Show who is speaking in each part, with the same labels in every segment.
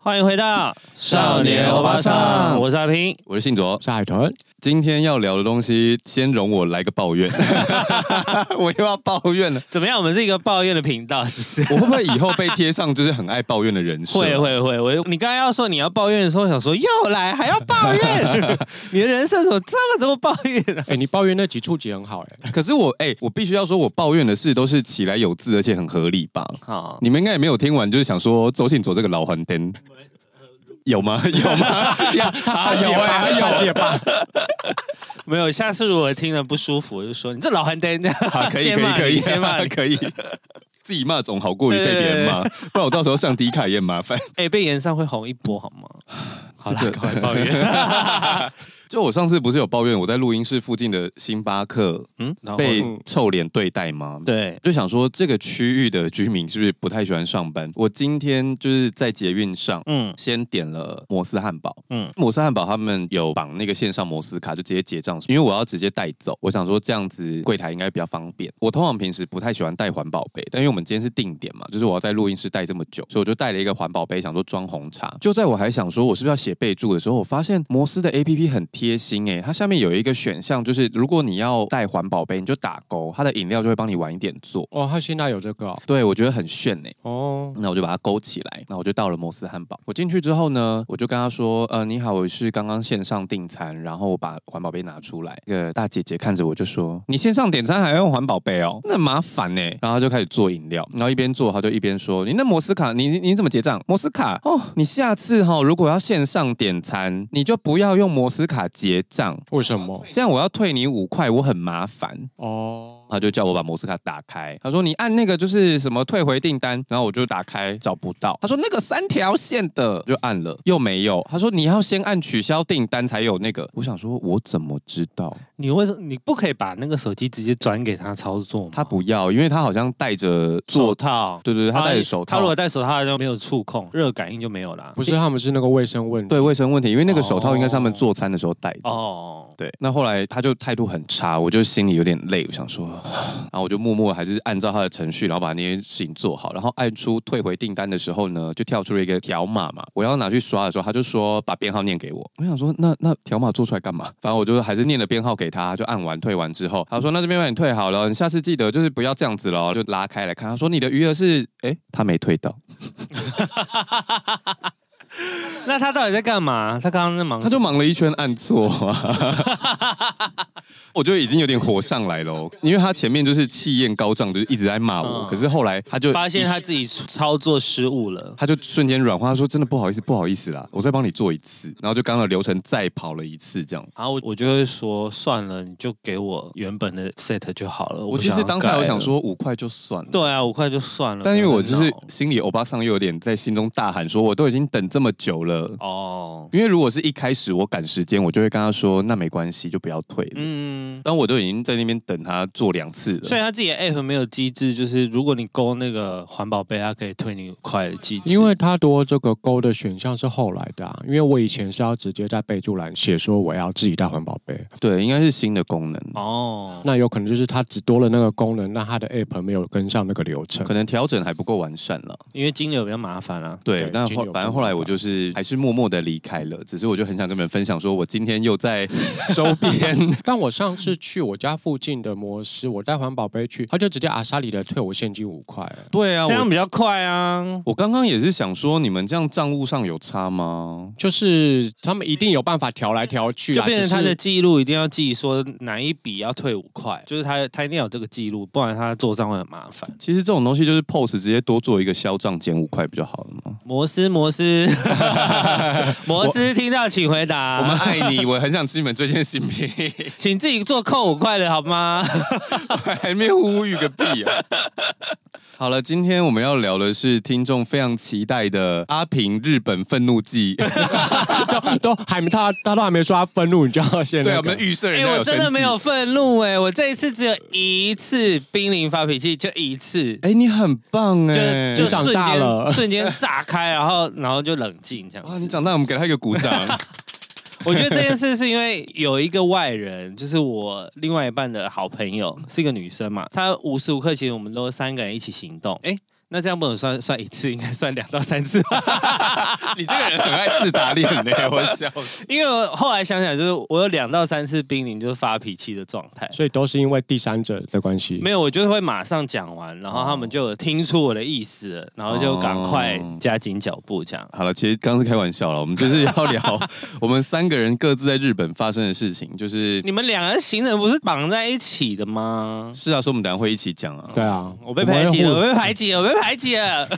Speaker 1: 欢迎回到
Speaker 2: 少年欧巴桑
Speaker 1: 我是阿平。
Speaker 2: 我是信卓，
Speaker 3: 是海豚，
Speaker 2: 今天要聊的东西，先容我来个抱 怨， 我又要抱怨了。
Speaker 1: 怎么样？我们是一个抱怨的频道，是不是？
Speaker 2: 我会不会以后被贴上就是很爱抱怨的人设？
Speaker 1: 会 会会，我你刚刚要说你要抱怨的时候，我想说又来还要抱 怨，你的人设怎么这么多抱怨啊？
Speaker 3: 哎、你抱怨那几处节很好哎、
Speaker 2: 可是我哎、我必须要说，我抱怨的事都是起来有字，而且很合理吧？
Speaker 1: 好，
Speaker 2: 你们应该也没有听完，就是想说周信卓这个老黄灯。有吗？有 吗？呀他有哎、
Speaker 3: 有啊解
Speaker 1: 没有，下次如果听了不舒服，我就说你这老憨呆，
Speaker 2: 好，可以，
Speaker 1: 先骂
Speaker 2: 可
Speaker 1: 你
Speaker 2: 以，可
Speaker 1: 先骂
Speaker 2: 以，
Speaker 1: 你。
Speaker 2: 可以。自己骂总好过于被别人骂，不然我到时候上迪卡也很麻烦。
Speaker 1: 哎，被延上会红一波好吗？好啦，
Speaker 2: 这个
Speaker 1: 赶快抱怨。
Speaker 2: 就我上次不是有抱怨我在录音室附近的星巴克
Speaker 1: 嗯，然后
Speaker 2: 被
Speaker 3: 嗯
Speaker 2: 臭脸对待吗？
Speaker 1: 对，
Speaker 2: 就想说这个区域的居民是不是不太喜欢上班？我今天就是在捷运上。
Speaker 1: 嗯
Speaker 2: 先点了摩斯汉堡，
Speaker 1: 嗯
Speaker 2: 嗯，摩斯汉堡他们有绑那个线上摩斯卡，就直接结账，因为我要直接带走。我想说这样子柜台应该比较方便。我通常平时不太喜欢带环保杯，但因为我们今天是定点嘛，就是我要在录音室待这么久，所以我就带了一个环保杯，想说装红茶。就在我还想说我是不是要写备注的时候，我发现摩斯的 APP 很贴心诶、欸它下面有一个选项，就是如果你要带环保杯，你就打勾，它的饮料就会帮你晚一点做。
Speaker 3: 哦，他现在有这个哦，
Speaker 2: 对，我觉得很炫欸诶、
Speaker 3: 哦
Speaker 2: 那我就把它勾起来，那我就到了摩斯汉堡。我进去之后呢，我就跟他说：“呃，你好，我是刚刚线上订餐，然后我把环保杯拿出来。”那个大姐姐看着我就说：“你线上点餐还要用环保杯哦，那很麻烦呢。”然后她就开始做饮料，然后一边做她就一边说：“你那摩斯卡，你你你怎么结账？摩斯卡哦，你下次哈、如果要线上点餐，你就不要用摩斯卡结账，
Speaker 3: 为什么？
Speaker 2: 这样我要退你五块，我很麻烦。”
Speaker 3: 哦，
Speaker 2: 他就叫我把摩斯卡打开，他说你按那个就是什么退回订单，然后我就打开找不到，他说那个三条线的就按了又没有，他说你要先按取消订单才有那个，我想说我怎么知道
Speaker 1: 你为什么你不可以把那个手机直接转给他操作吗？
Speaker 2: 他不要，因为他好像戴着做，
Speaker 1: 手套，
Speaker 2: 对对对，他
Speaker 3: 哎
Speaker 2: 戴着手
Speaker 1: 他如
Speaker 2: 套
Speaker 1: 果。戴手套，他就没有触控，热感应就没有啦。
Speaker 3: 不是，他们是那个卫生问题。
Speaker 2: 对卫生问题，因为那个手套应该是他们
Speaker 3: 哦
Speaker 2: 做餐的时候戴的。
Speaker 1: 哦，
Speaker 2: 对，那后来他就态度很差，我就心里有点累，我想说， 然后我就默默还是按照他的程序，然后把那些事情做好，然后按出退回订单的时候呢，就跳出了一个条码嘛，我要拿去刷的时候，他就说把编号念给我，我想说那那条码做出来干嘛？反正我就还是念了编号给他，就按完退完之后，他说那这边帮你退好了，你下次记得就是不要这样子了哦，就拉开来看，他说你的余额是，哎，他没退到，
Speaker 1: 那他到底在干嘛？他刚刚在忙什么，
Speaker 2: 他就忙了一圈按 错、啊，我就已经有点火上来了哦，因为他前面就是气焰高涨，就是一直在骂我，
Speaker 1: 嗯
Speaker 2: 可是后来他就
Speaker 1: 发现他自己操作失误了。
Speaker 2: 他就瞬间软化，他说真的不好意思，不好意思啦，我再帮你做一次，然后就刚刚的流程再跑了一次这样。
Speaker 1: 然后我我就会说算了，你就给我原本的 set 就好了。
Speaker 2: 我
Speaker 1: 不
Speaker 2: 其实
Speaker 1: 要
Speaker 2: 当下
Speaker 1: 改
Speaker 2: 我想
Speaker 1: 了，
Speaker 2: 说五块就算了。
Speaker 1: 对啊，五块就算了。
Speaker 2: 但因为我
Speaker 1: 不要
Speaker 2: 就是
Speaker 1: 闹
Speaker 2: 心里欧巴桑又有点在心中大喊说，我都已经等这么久了。
Speaker 1: 哦，
Speaker 2: 因为如果是一开始我赶时间，我就会跟他说那没关系，就不要退了。
Speaker 1: 嗯，
Speaker 2: 但我都已经在那边等他做两次了
Speaker 1: 所以。他自己的 app 没有机制，就是如果你勾那个环保杯，它可以退你快的机制。
Speaker 3: 因为他多这个勾的选项是后来的、啊，因为我以前是要直接在备注栏写说我要自己带环保杯，
Speaker 2: 对，应该是新的功能，
Speaker 1: 哦，
Speaker 3: 那有可能就是他只多了那个功能，那他的 app 没有跟上那个流程
Speaker 2: 可。能调整还不够完善了。
Speaker 1: 因为金流比较麻烦啊。
Speaker 2: 对
Speaker 3: 对，
Speaker 2: 但
Speaker 3: 今天
Speaker 2: 后
Speaker 3: 有
Speaker 2: 反正
Speaker 3: 更
Speaker 2: 后来
Speaker 3: 麻
Speaker 2: 我
Speaker 3: 烦
Speaker 2: 就是还是默默的离开了，只是我就很想跟你们分享，说我今天又在 周边，
Speaker 3: 但我上次去我家附近的摩斯，我带环保杯去，他就直接阿莎里的退我现金五块。
Speaker 2: 对啊，
Speaker 1: 这样
Speaker 2: 我
Speaker 1: 比较快啊。
Speaker 2: 我刚刚也是想说，你们这样账务上有差吗？
Speaker 3: 就是他们一定有办法调来调去
Speaker 1: 就
Speaker 3: 啦，
Speaker 1: 变成他
Speaker 3: 只
Speaker 1: 的
Speaker 3: 是
Speaker 1: 记录一定要记说哪一笔要退五块，就是他他一定要有这个记录，不然他做账会很麻烦。
Speaker 2: 其实这种东西就是 POS 直接多做一个销账减五块不就好了吗？
Speaker 1: 摩斯摩 斯摩斯，听到请回
Speaker 2: 我们
Speaker 1: 答，
Speaker 2: 爱你，我很想吃你们这件新 品，
Speaker 1: 请自己做扣五块的好吗？
Speaker 2: 还没呼吁个屁啊！好了，今天我们要聊的是听众非常期待的阿平日本愤怒记。
Speaker 3: 都还没他他都还没说他愤怒，你就要先、那
Speaker 2: 对，
Speaker 3: 个
Speaker 2: 我们预设人
Speaker 1: 哎，
Speaker 2: 家生
Speaker 1: 我真的没
Speaker 2: 气
Speaker 1: 有愤怒哎，我这一次只有一次濒临发脾气，就一次。
Speaker 2: 哎、你很棒
Speaker 1: 就
Speaker 2: 哎、
Speaker 1: 就
Speaker 3: 你长
Speaker 1: 瞬
Speaker 3: 大
Speaker 1: 间
Speaker 3: 了
Speaker 1: 瞬间炸开，然后然后就冷静这样
Speaker 2: 啊，
Speaker 1: 子。
Speaker 2: 你长大，我们给他一个鼓掌。
Speaker 1: 我觉得这件事是因为有一个外人，就是我另外一半的好朋友，是一个女生嘛，她无时无刻其实我们都三个人一起行动。哎，那这样不能算 算一次，应该算两到三次吧。
Speaker 2: 你这个人很爱自打脸呢、我笑死。
Speaker 1: 因为我后来想想，就是我有两到三次濒临就是发脾气的状态。
Speaker 3: 所以都是因为第三者的关系。
Speaker 1: 没有，我就是会马上讲完，然后他们就有听出我的意思了，然后就赶快加紧脚步这样。
Speaker 2: 好了，其实刚刚是开玩笑了，我们就是要聊我们三个人各自在日本发生的事情，就是
Speaker 1: 你们两个行人不是绑在一起的吗？
Speaker 2: 是啊，说我们等一下会一起讲啊。
Speaker 3: 对啊，
Speaker 1: 我被排挤了，
Speaker 3: 我
Speaker 1: 我
Speaker 3: 们
Speaker 1: 被排挤了，我被排挤了。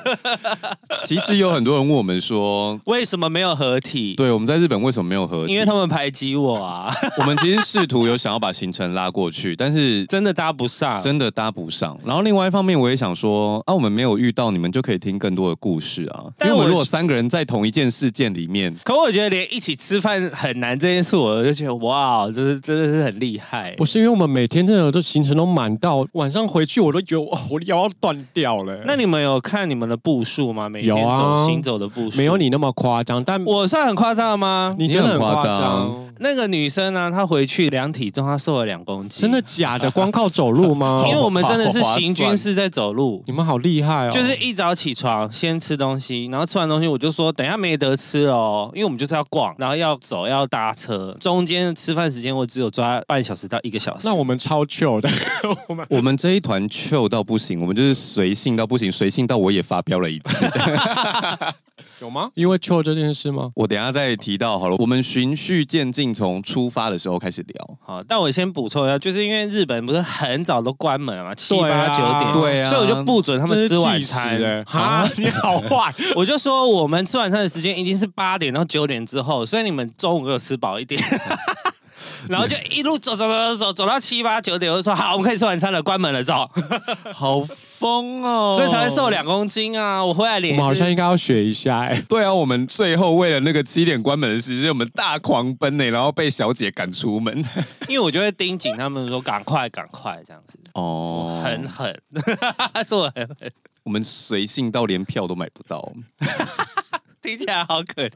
Speaker 2: 其实有很多人问我们说，
Speaker 1: 为什么没有合体？
Speaker 2: 对，我们在日本为什么没有合体？
Speaker 1: 因为他们排挤我啊，
Speaker 2: 我们其实试图有想要把行程拉过去，但是
Speaker 1: 真的搭不上。
Speaker 2: 真的搭不上。然后另外一方面，我也想说，啊，我们没有遇到，你们就可以听更多的故事啊。因
Speaker 1: 但
Speaker 2: 为我们
Speaker 1: 我
Speaker 2: 如果三个人在同一件事件里面，
Speaker 1: 可我觉得连一起吃饭很难这件事，我就觉得哇，就是真的是很厉害。
Speaker 3: 不是因为我们每天真的都行程都满到，晚上回去我都觉得哇我的腰要断掉了。欸
Speaker 1: 那你们有看你们的步数吗？每天
Speaker 3: 有啊
Speaker 1: 走、行走的步数
Speaker 3: 没有你那么夸张，但
Speaker 1: 我算很夸张了吗？
Speaker 3: 你真的
Speaker 2: 你很
Speaker 3: 很
Speaker 2: 夸
Speaker 3: 夸
Speaker 2: 张
Speaker 3: 张，
Speaker 1: 那个女生呢、她回去量体重，她瘦了两公斤，
Speaker 3: 真的。假的？光靠走路吗？
Speaker 1: 因为我们真的是
Speaker 2: 好划
Speaker 1: 行军
Speaker 2: 算
Speaker 1: 是在走路，
Speaker 3: 你们好厉害哦！
Speaker 1: 就是一早起床先吃东西，然后吃完东西我就说等一下没得吃哦，因为我们就是要逛，然后要走要搭车，中间吃饭时间我只有抓半小时到一个小时。
Speaker 3: 那我们超 chill 的， 我们
Speaker 2: 我们这一团 chill 到不行，我们就是随性到不行，随性到我也发飙了一次。
Speaker 3: 有吗？因为 chill 这件事吗？
Speaker 2: 我等一下再提到好了。我们循序渐进，从出发的时候开始聊。
Speaker 1: 好，但我先补充一下，就是因为日本不是很早都关门了嘛，七
Speaker 3: 对
Speaker 1: 八
Speaker 3: 啊
Speaker 1: 九点，
Speaker 2: 对啊
Speaker 1: 所以我就不准他们吃晚餐。
Speaker 3: 啊！你好坏，
Speaker 1: 我就说我们吃晚餐的时间一定是八点到九点之后，所以你们中午给我吃饱一点。 然后就一路走走走走走走到七八九点，我就说好，我们可以吃晚餐了，关门了，走，
Speaker 2: 好疯哦
Speaker 1: 所以才会瘦。两公斤啊！我回来
Speaker 3: 我
Speaker 1: 脸
Speaker 3: 们好像应
Speaker 1: 该
Speaker 3: 该要学一下哎。
Speaker 2: 对啊，我们最后为了那个七点关门的时间，我们大狂奔呢、然后被小姐赶出门。
Speaker 1: 因为我就会盯紧他们说赶快赶快这样子，
Speaker 2: 哦
Speaker 1: 很狠， 做得很狠，
Speaker 2: 我们随性到连票都买不到。
Speaker 1: 听起来好可怜。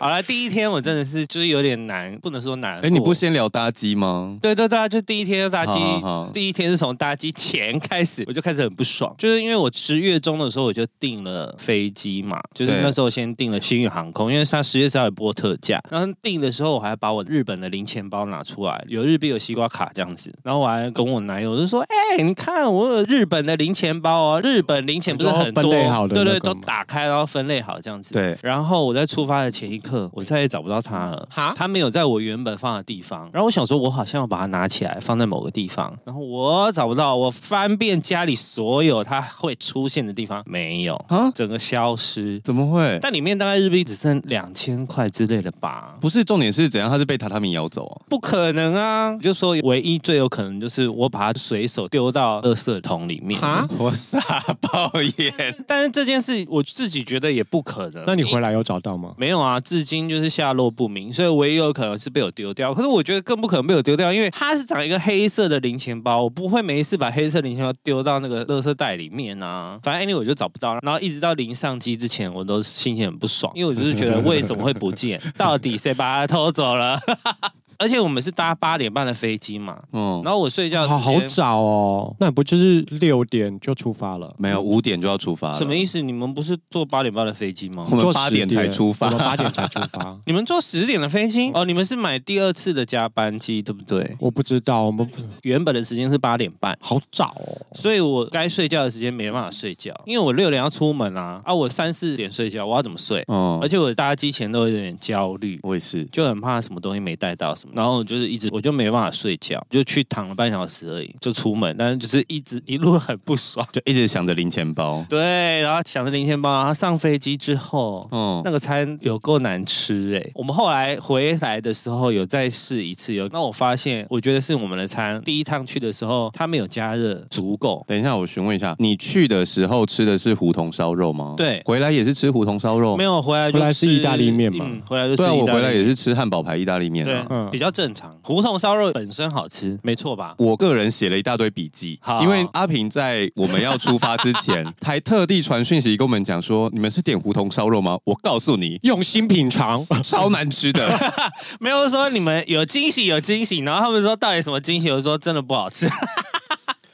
Speaker 1: 好了，第一天我真的是就是有点难，不能说难。
Speaker 2: 哎、你不？先聊搭机吗？
Speaker 1: 对对对啊，就第一天搭机
Speaker 2: 好好好
Speaker 1: 第一天是从搭机前开始，我就开始很不爽，就是因为我十月中的时候我就订了飞机嘛，就是
Speaker 2: 对
Speaker 1: 那时候先订了星宇航空，因为它十月十号有波特价，然后订的时候我还把我日本的零钱包拿出来，有日币有西瓜卡这样子，然后我还跟我男友我就说，哎、你看我有日本的零钱包哦，日本零钱不是很多，哦
Speaker 3: 都分类好的
Speaker 1: 对对，
Speaker 3: 那个
Speaker 1: 都
Speaker 3: 吗
Speaker 1: 打开然后分类好这样子，
Speaker 2: 对
Speaker 1: 然后我在出发的前一刻，我再也找不到它了。
Speaker 3: 哈
Speaker 1: 它没有在我原本放的地方。然后我想说，我好像要把它拿起来放在某个地方，然后我找不到，我翻遍家里所有它会出现的地方，没有，
Speaker 2: 啊，
Speaker 1: 整个消失。
Speaker 2: 怎么会？
Speaker 1: 但里面大概日币只剩两千块之类的吧，
Speaker 2: 不是重点是怎样？他是被榻榻米咬走啊？
Speaker 1: 不可能啊！我就说唯一最有可能就是我把它随手丢到垃圾桶里面。
Speaker 3: 哈，
Speaker 2: 我傻爆眼。
Speaker 1: 但是这件事我自己觉得也不可能。
Speaker 3: 那你回来有找到吗？
Speaker 1: 没有啊，至今就是下落不明，所以唯一有可能是被我丢掉。可是我觉得更不可能被我丢掉，因为它是长一个黑色的零钱包，我不会每一次把黑色零钱包丢到那个垃圾袋里面啊。反正 anyway 我就找不到，然后一直到临上机之前，我都心情很不爽，因为我就是觉得为什么会不见， 到底谁把它偷走了？ 而且我们是搭八点半的飞机嘛，
Speaker 2: 嗯，
Speaker 1: 然后我睡觉的时
Speaker 3: 好
Speaker 1: 间
Speaker 3: 好早哦，那不就是六点就出发了？
Speaker 2: 没有五点就要出
Speaker 3: 啊
Speaker 2: 发了。
Speaker 1: 什么意思？你们不是坐八点半的飞机吗？。
Speaker 2: 我们
Speaker 3: 坐
Speaker 2: 8
Speaker 3: 10
Speaker 2: 点才出发
Speaker 3: 我们八点才出 发
Speaker 1: 你们坐十点的飞机哦，你们是买第二次的加班机对不对？
Speaker 3: 我不知道，我们不
Speaker 1: 原本的时间是八点半，
Speaker 3: 好早哦。
Speaker 1: 所以我该睡觉的时间没办法睡觉，因为我六点要出门啊，啊，我三四点睡觉，我要怎么睡？
Speaker 2: 嗯
Speaker 1: 而且我搭机前都有点焦虑。
Speaker 2: 我也是。
Speaker 1: 就很怕什么东西没带到什么，然后我就是一直我就没办法睡觉，就去躺了半小时而已，就出门，但是就是一直一路很不爽。
Speaker 2: 就一直想着零钱包。
Speaker 1: 对，然后想着零钱包，然后上飞机之后，
Speaker 2: 嗯
Speaker 1: 那，个餐有够难吃哎、我们后来回来的时候有再试一次，有那我发现，我觉得是我们的餐第一趟去的时候，它没有加热足够。
Speaker 2: 等一下，我询问一下，你去的时候吃的是胡同烧肉吗？
Speaker 1: 对
Speaker 2: 回来也是吃胡同烧肉。
Speaker 1: 没有回来就
Speaker 3: 回来是
Speaker 1: 吃
Speaker 3: 意大利面嘛
Speaker 1: 嗯，回来就吃
Speaker 2: 对啊，
Speaker 1: 意
Speaker 2: 我
Speaker 1: 大利面
Speaker 2: 回来也是吃汉堡牌意大利面
Speaker 1: 对
Speaker 2: 啊。，
Speaker 3: 嗯
Speaker 1: 比较正常。胡同烧肉本身好吃，没错吧？
Speaker 2: 我个人写了一大堆笔记
Speaker 1: 好，
Speaker 2: 因为阿平在我们要出发之 前，还特地传讯息跟我们讲说，你们是点胡同烧肉吗？我告诉你，
Speaker 3: 用心品 尝，
Speaker 2: 超难吃的。
Speaker 1: 没有说你们有惊喜有惊喜，然后他们说到底什么惊喜？我说真的不好吃。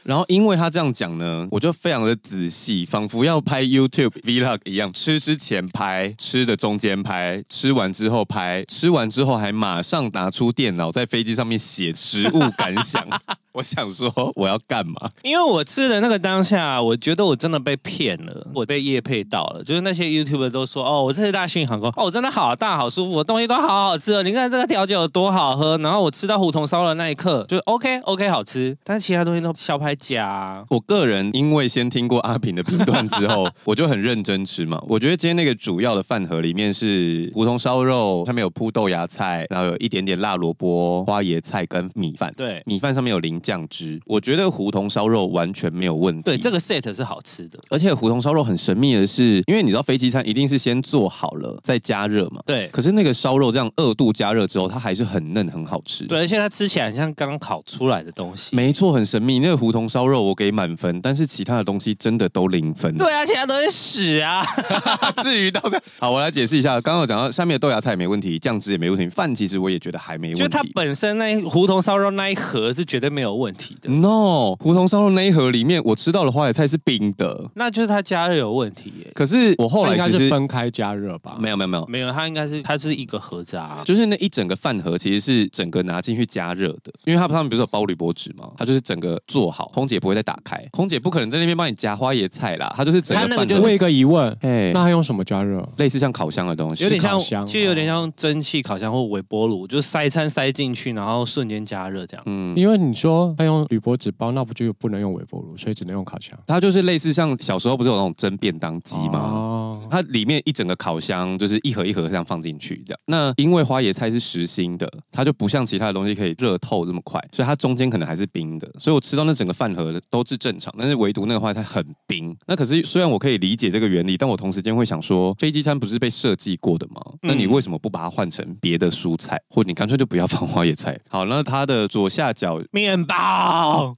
Speaker 2: 然后因为他这样讲呢，我就非常的仔细，仿佛要拍 YouTube vlog 一样，吃之前拍，吃的中间拍，吃完之后拍，吃完之后还马上拿出电脑在飞机上面写食物感想。我想说我要干嘛？
Speaker 1: 因为我吃的那个当下，我觉得我真的被骗了，我被业配到了。就是那些 YouTuber 都说，哦，我这次大幸航空，哦，我真的好大好舒服，我东西都好好吃哦。你看这个调酒有多好喝，然后我吃到胡同烧的那一刻，就是 OK OK 好吃，但是其他东西都小拍假啊、
Speaker 2: 我个人因为先听过阿平的评断之后，我就很认真吃嘛。我觉得今天那个主要的饭盒里面是胡同烧肉，上面有铺豆芽菜，然后有一点点辣萝卜、花椰菜跟米饭。
Speaker 1: 对
Speaker 2: 米饭上面有淋酱汁，我觉得胡同烧肉完全没有问题。
Speaker 1: 对，这
Speaker 2: 个。
Speaker 1: 个 set 是好吃的。
Speaker 2: 而且胡同烧肉很神秘的是，因为你知道飞机餐一定是先做好了再加热嘛，
Speaker 1: 对
Speaker 2: 可是那个烧肉这样二度加热之后，它还是很嫩，很好吃。
Speaker 1: 对，而且它吃起来很像刚烤出来的东西。
Speaker 2: 没错，很神秘。那个胡同烧肉我给满分，但是其他的东西真的都零分。
Speaker 1: 对啊，其他东西屎啊！
Speaker 2: 至于到底，好，我来解释一下。刚刚有讲到下面的豆芽菜也没问题，酱汁也没问题，饭其实我也觉得还没
Speaker 1: 就
Speaker 2: 问
Speaker 1: 它
Speaker 2: 题。
Speaker 1: 本身那一胡同烧肉那一盒是绝对没有问题的，
Speaker 2: No，胡同烧肉那一盒里面，我吃到的花椰菜是冰的，
Speaker 1: 那就是它加热有问题耶。
Speaker 2: 可是我后
Speaker 3: 那
Speaker 2: 来
Speaker 3: 应该
Speaker 2: 其
Speaker 3: 是
Speaker 2: 实
Speaker 3: 分开加热吧？
Speaker 2: 没有没有没有，
Speaker 1: 没有，它应该是它是一个盒子啊。
Speaker 2: 就是那一整个饭盒其实是整个拿进去加热的，因为它上面不是有包铝箔纸吗？它就是整个做好，空姐不会再打开，空姐不可能在那边帮你夹花椰菜啦，它就是整
Speaker 1: 它
Speaker 2: 个
Speaker 1: 那
Speaker 2: 饭
Speaker 1: 个
Speaker 2: 盒，
Speaker 1: 就是
Speaker 3: 我有一个疑问，
Speaker 2: 哎
Speaker 3: 那他用什么加热？
Speaker 2: 类似像烤箱的哦东西，
Speaker 1: 有点像
Speaker 3: 烤，箱
Speaker 1: 就有点像蒸汽烤箱或微波炉，就塞餐塞进去，然后瞬间加热这样。
Speaker 2: 嗯。
Speaker 3: 因为你说他用铝箔纸包，那不就不能用微波炉，所以只能用烤箱。
Speaker 2: 它就是类似像小时候不是有那种蒸便当机吗？
Speaker 3: 哦，
Speaker 2: 它里面一整个烤箱就是一盒一盒这样放进去，这样。那因为花椰菜是实心的，它就不像其他的东西可以热透这么快，所以它中间可能还是冰的。所以我吃到那整个饭盒都是正常，但是唯独那个花椰菜很冰。那可是虽然我可以理解这个原理，但我同时间会想说，飞机餐不是被设计过的吗？那你为什么不把它换成别的蔬菜，或者你干脆就不要放花椰菜？好，那它的左下角，
Speaker 1: 面包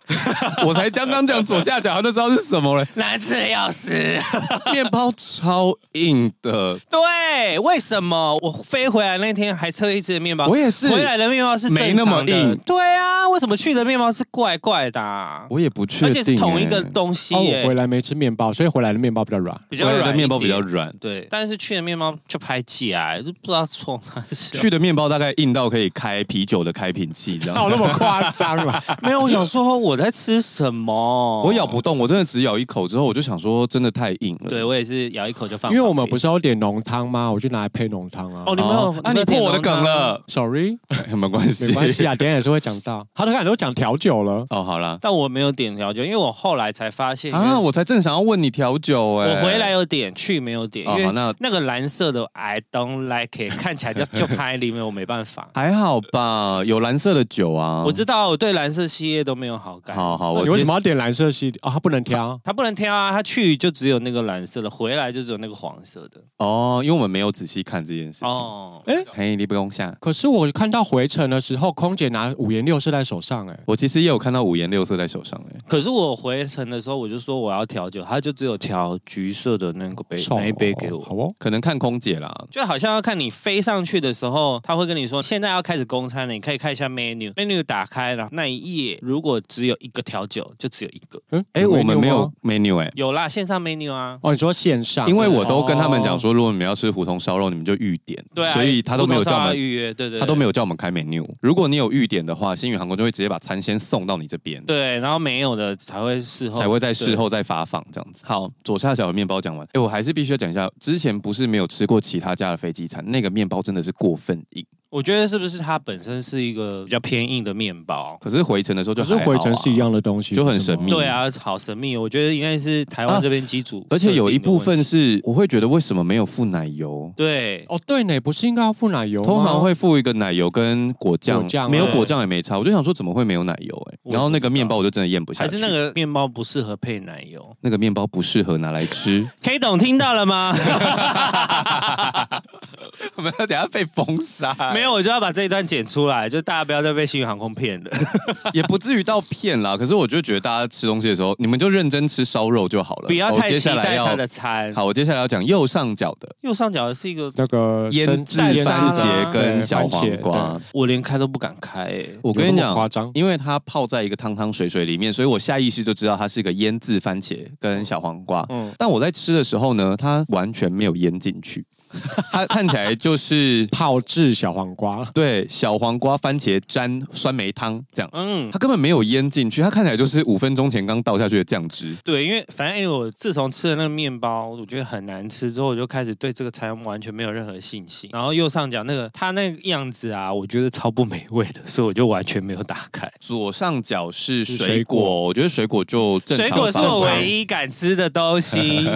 Speaker 2: 我才刚刚讲左下角，他就知道是什么了。
Speaker 1: 难吃的要死，
Speaker 2: 面包超硬的，
Speaker 1: 对，为什么我飞回来那天还特意吃的面包？
Speaker 2: 我也是
Speaker 1: 回来的面包是正常的
Speaker 2: 没那么硬
Speaker 1: 对啊，为什么去的面包是怪怪的啊、
Speaker 2: 我也不确定、
Speaker 1: 而且是同一个
Speaker 2: 欸
Speaker 1: 东西
Speaker 3: 哦，
Speaker 1: 耶、
Speaker 3: 我回来没吃面包，所以回来的面包比较软。
Speaker 1: 比较
Speaker 2: 回来
Speaker 1: 软一
Speaker 2: 的
Speaker 1: 点，
Speaker 2: 面包比较软。
Speaker 1: 对，但是去的面包就拍起来，就不知道冲啥去
Speaker 2: 去的面包大概硬到可以开啤酒的开瓶器这
Speaker 3: 哪有
Speaker 2: 样，
Speaker 3: 那么夸张啊啦？
Speaker 1: 没有，我想说我在吃什 么，
Speaker 2: 我咬不动，我真的只咬一口之后，我就想说真的太硬了。
Speaker 1: 对我也是咬一口就放旁
Speaker 3: 因
Speaker 1: 边，
Speaker 3: 为我们不
Speaker 1: 是
Speaker 3: 是要点浓汤吗？我就拿来配浓汤啊。
Speaker 1: 哦，你们有
Speaker 2: 哦，那、你破我的梗，了， 哎
Speaker 3: Sorry，
Speaker 2: 没关系，
Speaker 3: 没关系啊，等一下也是会讲到。他都看都讲调酒了，
Speaker 2: 哦，好啦，
Speaker 1: 但我没有点调酒，因为我后来才发现
Speaker 2: 啊，
Speaker 1: 啊，
Speaker 2: 我才正想要问你调酒哎、
Speaker 1: 我回来有点，去没有点，
Speaker 2: 哦
Speaker 1: 因
Speaker 2: 好
Speaker 1: 为
Speaker 2: 那
Speaker 1: 那个蓝色的 I don't like it 看起来就就拍里面，我没办 法。
Speaker 2: 还好吧，有蓝色的酒啊，
Speaker 1: 我知道我对蓝色系列都没有好感。
Speaker 2: 好好，
Speaker 3: 那
Speaker 2: 我
Speaker 3: 你为
Speaker 2: 接
Speaker 3: 什么要点蓝色系列？哦，他不能挑。
Speaker 1: 他不能挑啊，他去就只有那个蓝色的，回来就只有那个黄色的。
Speaker 2: 哦，因为我们没有仔细看这件事情。
Speaker 1: 哦，
Speaker 3: 哎，
Speaker 2: 嘿，你不用下。
Speaker 3: 可是我看到回程的时候，空姐拿五颜六色在手上，哎，
Speaker 2: 我其实也有看到五颜六色在手上哎、
Speaker 1: 可是我回程的时候我就说我要调酒，他就只有调橘色的那个杯
Speaker 3: 送
Speaker 1: 那一杯
Speaker 3: 哦
Speaker 1: 给我。
Speaker 3: 好哦。
Speaker 2: 可能看空姐啦，
Speaker 1: 就好像要看你飞上去的时候，他会跟你说现在要开始供餐了，你可以看一下 menu。menu 打开了那一页，如果只有一个调酒，就只有一个。
Speaker 3: 嗯，
Speaker 2: 哎、我们没有 menu 哎、
Speaker 1: 有啦，线上 menu 啊。
Speaker 3: 哦，你说线上，哦
Speaker 2: 因为我都跟他们讲说，如果你们要吃胡同烧肉，你们就预点，
Speaker 1: 哦对啊，
Speaker 2: 所以他都没有叫我
Speaker 1: 他
Speaker 2: 们，
Speaker 1: 预约，对对
Speaker 2: 他都没
Speaker 1: 有。
Speaker 2: 有叫我们开 menu。如果你有预点的话，星宇航空就会直接把餐先送到你这边，
Speaker 1: 对，然后没有的才会事后
Speaker 2: 才会在事后再发放这样子。好，左下角的面包讲完，哎、我还是必须要讲一下，之前不是没有吃过其他家的飞机餐，那个面包真的是过分硬，
Speaker 1: 我觉得是不是它本身是一个比较偏硬的面包？
Speaker 2: 可是回程的时候就
Speaker 3: 可是
Speaker 2: 还好啊
Speaker 3: 回程是一。样的东西，
Speaker 2: 就很
Speaker 3: 不是吗
Speaker 2: 神秘
Speaker 1: 对啊，好神秘哦。我觉得应该是台
Speaker 2: 啊
Speaker 1: 湾这边机组
Speaker 2: 而
Speaker 1: 设
Speaker 2: 且
Speaker 1: 定的问题、
Speaker 2: 有一部分是，我会觉得为什么没有附奶油？
Speaker 1: 对，
Speaker 3: 哦，对呢，不是应该要附奶油吗？
Speaker 2: 通常会附一个奶油跟果酱，
Speaker 3: 果酱
Speaker 2: 没有
Speaker 1: 对
Speaker 2: 果酱也没差。我就想说，怎么会没有奶油、欸？
Speaker 1: 我
Speaker 2: 然后那
Speaker 1: 不
Speaker 2: 个
Speaker 1: 知
Speaker 2: 面
Speaker 1: 道
Speaker 2: 包我就真的咽不下
Speaker 1: 还
Speaker 2: 去。
Speaker 1: 是那个面包不适合配奶油。
Speaker 2: 那个面包不适合拿来 吃。
Speaker 1: K 董听到了吗？
Speaker 2: 我们要等下被封杀、
Speaker 1: 没没有，我就要把这一段剪出来，就大家不要再被星宇航空骗了。
Speaker 2: 也不至于到骗啦。可是我就觉得大家吃东西的时候，你们就认真吃烧肉就好了，
Speaker 1: 不要
Speaker 2: 我
Speaker 1: 太
Speaker 2: 接
Speaker 1: 期
Speaker 2: 下来
Speaker 1: 待
Speaker 2: 要
Speaker 1: 他的餐。
Speaker 2: 好，我接下来要讲右上角的
Speaker 1: 右上角是一个，
Speaker 3: 那个
Speaker 2: 腌
Speaker 3: 生
Speaker 2: 制
Speaker 3: 腌制的
Speaker 2: 番茄
Speaker 1: 啊
Speaker 2: 跟
Speaker 3: 对
Speaker 2: 小
Speaker 3: 番
Speaker 2: 黄
Speaker 3: 茄
Speaker 2: 瓜。
Speaker 1: 我连开都不敢开、欸。
Speaker 2: 我
Speaker 3: 我
Speaker 2: 跟你讲，
Speaker 3: 夸张，
Speaker 2: 因为它泡在一个汤汤水水里面，所以我下意识就知道它是一个腌制番茄跟小黄瓜。
Speaker 1: 嗯，
Speaker 2: 但我在吃的时候呢，它完全没有腌进去，它看起来就是
Speaker 3: 泡制小黄瓜，
Speaker 2: 对小黄瓜番茄沾酸梅汤这样，
Speaker 1: 嗯，
Speaker 2: 它根本没有腌进去，它看起来就是五分钟前刚倒下去的酱汁。
Speaker 1: 对，因为反正因为哎我自从吃了那个面包，我觉得很难吃之后，我就开始对这个餐完全没有任何信心。然后右上角那个它那个样子啊，我觉得超不美味的，所以我就完全没有打 开。
Speaker 2: 左上角是水
Speaker 3: 是
Speaker 2: 果，
Speaker 3: 水果
Speaker 2: 我觉得水果就正常
Speaker 1: 水果是
Speaker 2: 吧
Speaker 1: 我唯一敢吃的东 西，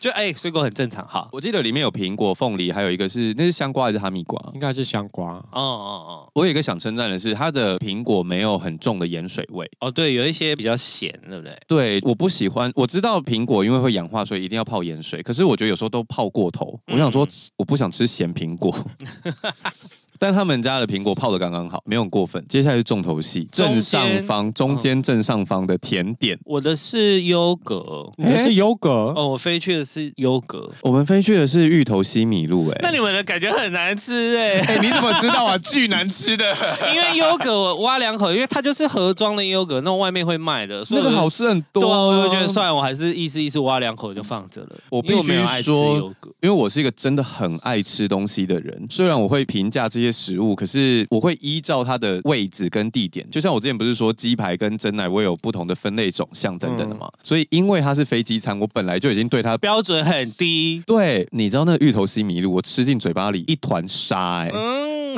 Speaker 1: 就哎、水果很正常。好，
Speaker 2: 我记得里面有苹果、凤梨，还有一个是那是香瓜还是哈密瓜？
Speaker 3: 应该是香瓜。
Speaker 1: 哦哦哦，
Speaker 2: 我有一个想称赞的是，它的苹果没有很重的盐水味。
Speaker 1: 哦对，有一些比较咸，对不对？
Speaker 2: 对，我不喜欢。我知道苹果因为会氧化，所以一定要泡盐水。可是我觉得有时候都泡过头，我想说我不想吃咸苹 果。但他们家的苹果泡的刚刚好，没有很过分。接下来是重头戏，
Speaker 1: 中间
Speaker 2: 正上方中间嗯正上方的甜点。
Speaker 1: 我的是优格，
Speaker 3: 你这
Speaker 2: 诶
Speaker 3: 是优格，
Speaker 1: 哦，我飞去的是优格。
Speaker 2: 我们飞去的是芋头西米露、
Speaker 1: 那
Speaker 2: 哎，
Speaker 1: 你们 的感觉很难吃哎、
Speaker 2: 哎、你怎么知道啊？巨难吃的，
Speaker 1: 因为优格我挖两口，因为它就是盒装的优格，那种外面会卖的，所以
Speaker 2: 那个
Speaker 1: 我就
Speaker 2: 好吃很多、
Speaker 1: 对啊，我就觉得，算了，我还是意思意思挖两口就放着了。
Speaker 2: 我
Speaker 1: 因为
Speaker 2: 必
Speaker 1: 没
Speaker 2: 须
Speaker 1: 有爱吃
Speaker 2: 说
Speaker 1: 优格，
Speaker 2: 因为我是一个真的很爱吃东西的人，虽然我会评价这些食物，可是我会依照它的位置跟地点。就像我之前不是说鸡排跟蒸奶，我有不同的分类种项等等的嘛。所以因为它是飞机餐，我本来就已经对它
Speaker 1: 标准很低。
Speaker 2: 对，你知道那个芋头西米露，我吃进嘴巴里一团沙、哎、
Speaker 1: 嗯，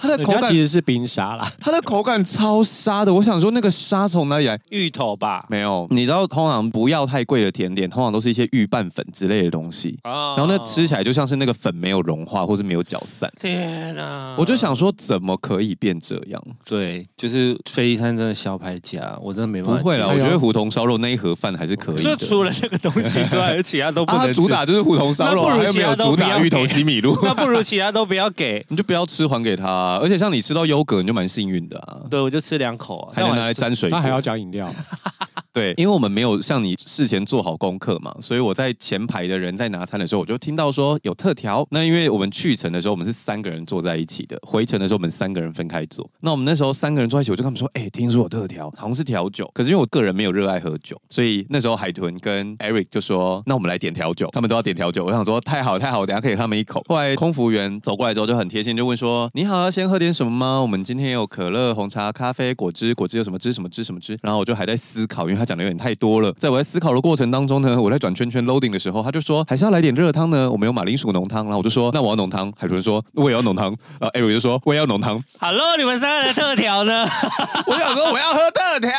Speaker 2: 它的
Speaker 3: 人
Speaker 2: 口
Speaker 3: 家其
Speaker 2: 感，
Speaker 3: 实是冰沙啦。
Speaker 2: 它的口感超沙的。我想说那个沙从哪里来？
Speaker 1: 芋头吧。
Speaker 2: 没有，啊你知道通常不要太贵的甜点，通常都是一些预拌粉之类的东西。
Speaker 1: 啊
Speaker 2: 然后那吃起来就像是那个粉没有融化，或是没有搅散。
Speaker 1: 天哪！
Speaker 2: 我就想说，怎么可以变这样？
Speaker 1: 对，就是飞机餐真的小牌家，我真的没办
Speaker 2: 不
Speaker 1: 法。
Speaker 2: 会啦，
Speaker 1: 了，
Speaker 2: 我
Speaker 3: 哎呦
Speaker 2: 觉得胡同烧肉那一盒饭还是可以
Speaker 1: 就
Speaker 2: 的。
Speaker 1: 除了那个东西之外，其 他都不
Speaker 2: 啊，
Speaker 1: 能
Speaker 2: 它
Speaker 1: 吃
Speaker 2: 主打就是胡同烧肉啊，
Speaker 1: 那
Speaker 2: 还
Speaker 1: 不如
Speaker 2: 有
Speaker 1: 其
Speaker 2: 没有
Speaker 1: 他都
Speaker 2: 主
Speaker 1: 不要
Speaker 2: 打芋头西米露？
Speaker 1: 那不如其他都不要给。
Speaker 2: 你就不要吃还给他啊、而且像你吃到优格，你就蛮幸运的啊，
Speaker 1: 对，我就吃两口啊，
Speaker 2: 还能
Speaker 1: 但我
Speaker 2: 拿来
Speaker 1: 是
Speaker 2: 沾水果
Speaker 3: 他还要讲饮料，
Speaker 2: 对，因为我们没有像你事前做好功课嘛，所以我在前排的人在拿餐的时候，我就听到说有特调。那因为我们去程的时候，我们是三个人坐在一起的；回程的时候，我们三个人分开坐。那我们那时候三个人坐在一起，我就跟他们说：“哎、听说有特调，好像是调酒。”可是因为我个人没有热爱喝酒，所以那时候海豚跟 Eric 就说：“那我们来点调酒。”他们都要点调酒，我想说哦太好太好，我等一下可以喝他们一口。后来空服员走过来之后就很贴心，就问说：“你好，要先喝点什么吗？我们今天有可乐、红茶、咖啡、果汁，果汁有什么汁什么汁什么汁。”然后我就还在思考，因为他讲的有点太多了。在我在思考的过程当中呢，我在转圈圈 loading 的时候，他就说：“还是要来点热汤呢，我们有马铃薯浓汤。”然后我就说：“那我要浓汤。”海豚说：“我也要浓汤。”然后 Eric 就说：“我也要浓汤。
Speaker 1: Hello，你们三个的特调呢？”
Speaker 2: 我想说我要喝特调。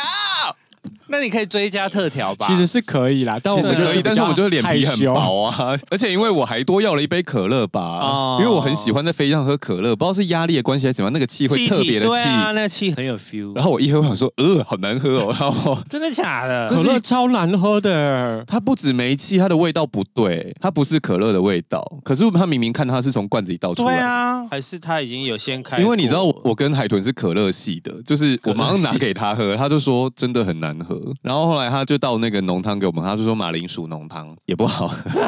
Speaker 1: 那你可以追加特调吧。
Speaker 3: 其实是可以啦，但我
Speaker 2: 其
Speaker 3: 们
Speaker 2: 实
Speaker 3: 就
Speaker 2: 可以，
Speaker 3: 比
Speaker 2: 但是
Speaker 3: 较
Speaker 2: 我就是脸皮
Speaker 3: 害
Speaker 2: 很
Speaker 3: 羞，
Speaker 2: 薄啊， 而且因为我还多要了一杯可乐吧，
Speaker 1: 哦
Speaker 2: 因为我很喜欢在飞机上喝可乐，不知道是压力的关系还是怎么样，那个气会
Speaker 1: 气
Speaker 2: 特别的
Speaker 1: 对
Speaker 2: 气。
Speaker 1: 啊，那气很有 feel。
Speaker 2: 然后我一喝，我想说，呃，好难喝哦。 然后
Speaker 1: 真的假的？
Speaker 3: 可乐超难喝的。
Speaker 2: 它不止没气，它的味道不对，它不是可乐的味道。可是它明明看它是从罐子里倒出来
Speaker 1: 对
Speaker 2: 的。
Speaker 1: 啊，还是他已经有先开过？
Speaker 2: 因为你知道我，我跟海豚是可乐系的，就是我马上拿给他喝，他就说真的很难喝。然后后来他就倒那个浓汤给我们，他就说马铃薯浓汤也不好喝。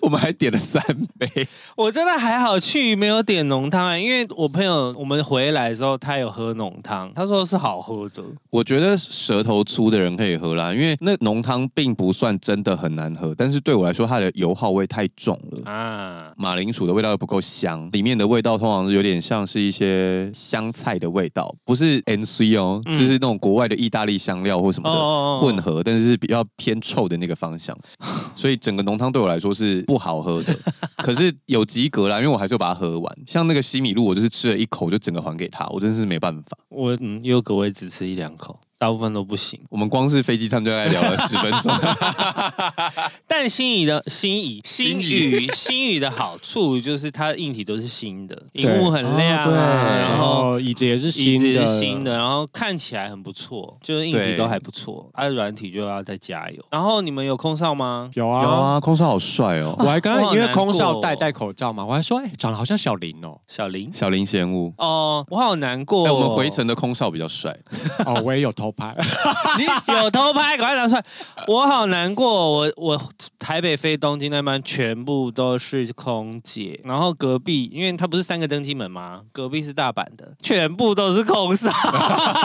Speaker 2: 我们还点了三杯，
Speaker 1: 我真的还好去没有点浓汤、欸，因为我朋友我们回来的时候，他有喝浓汤，他说是好喝的。
Speaker 2: 我觉得舌头粗的人可以喝啦，因为那浓汤并不算真的很难喝，但是对我来说，它的油耗味太重了。
Speaker 1: 啊，
Speaker 2: 马铃薯的味道又不够香，里面的味道通常有点像是一些香菜的味道，不是 N C 哦，
Speaker 1: 嗯
Speaker 2: 就是那种国外的意大利香料或什么
Speaker 1: 哦哦
Speaker 2: 的
Speaker 1: 哦哦
Speaker 2: 混啊合，但是是比较偏臭的那个方 向，所以整个浓汤对我来说是不好喝 的。可是有及格啦，因为我还是有把它喝完。像那个西米露，我就是吃了一口就整个还给他，我真是没办法。
Speaker 1: 我嗯，优格我也只吃一两口。大部分都不行。
Speaker 2: 我们光是飞机餐就大概聊了十分钟，
Speaker 1: 但新宇的新宇新宇新宇的好处就是它的硬体都是新的，荧幕很亮、
Speaker 2: 嗯
Speaker 1: 啊
Speaker 3: 哦对，
Speaker 1: 然
Speaker 3: 然
Speaker 1: 后
Speaker 3: 后椅子也是
Speaker 1: 椅子
Speaker 3: 新
Speaker 1: 也
Speaker 3: 的，
Speaker 1: 是新的，然后看起来很不错，就是硬体
Speaker 2: 对
Speaker 1: 都还不错，啊，软体就要再加油。然后你们有空少吗？
Speaker 3: 有 啊
Speaker 2: 有啊，空少好帅
Speaker 3: 我
Speaker 2: 哦，
Speaker 3: 还刚
Speaker 1: 我好
Speaker 3: 刚因为
Speaker 1: 难
Speaker 3: 空
Speaker 1: 过
Speaker 3: 少
Speaker 1: 哦
Speaker 3: 戴戴口罩嘛，我还说哎、长得好像小林哦，
Speaker 1: 小林
Speaker 2: 小林贤吾。
Speaker 1: 哦，我好难过、哦。
Speaker 2: 哎、我们回程的空少比较帅，
Speaker 3: 哦我也有偷 拍，
Speaker 1: 你有偷拍，赶快拿出来！我好难过，我我台北飞东京那班全部都是空姐，然后隔壁，因为它不是三个登机门吗？隔壁是大阪的，全部都是空少。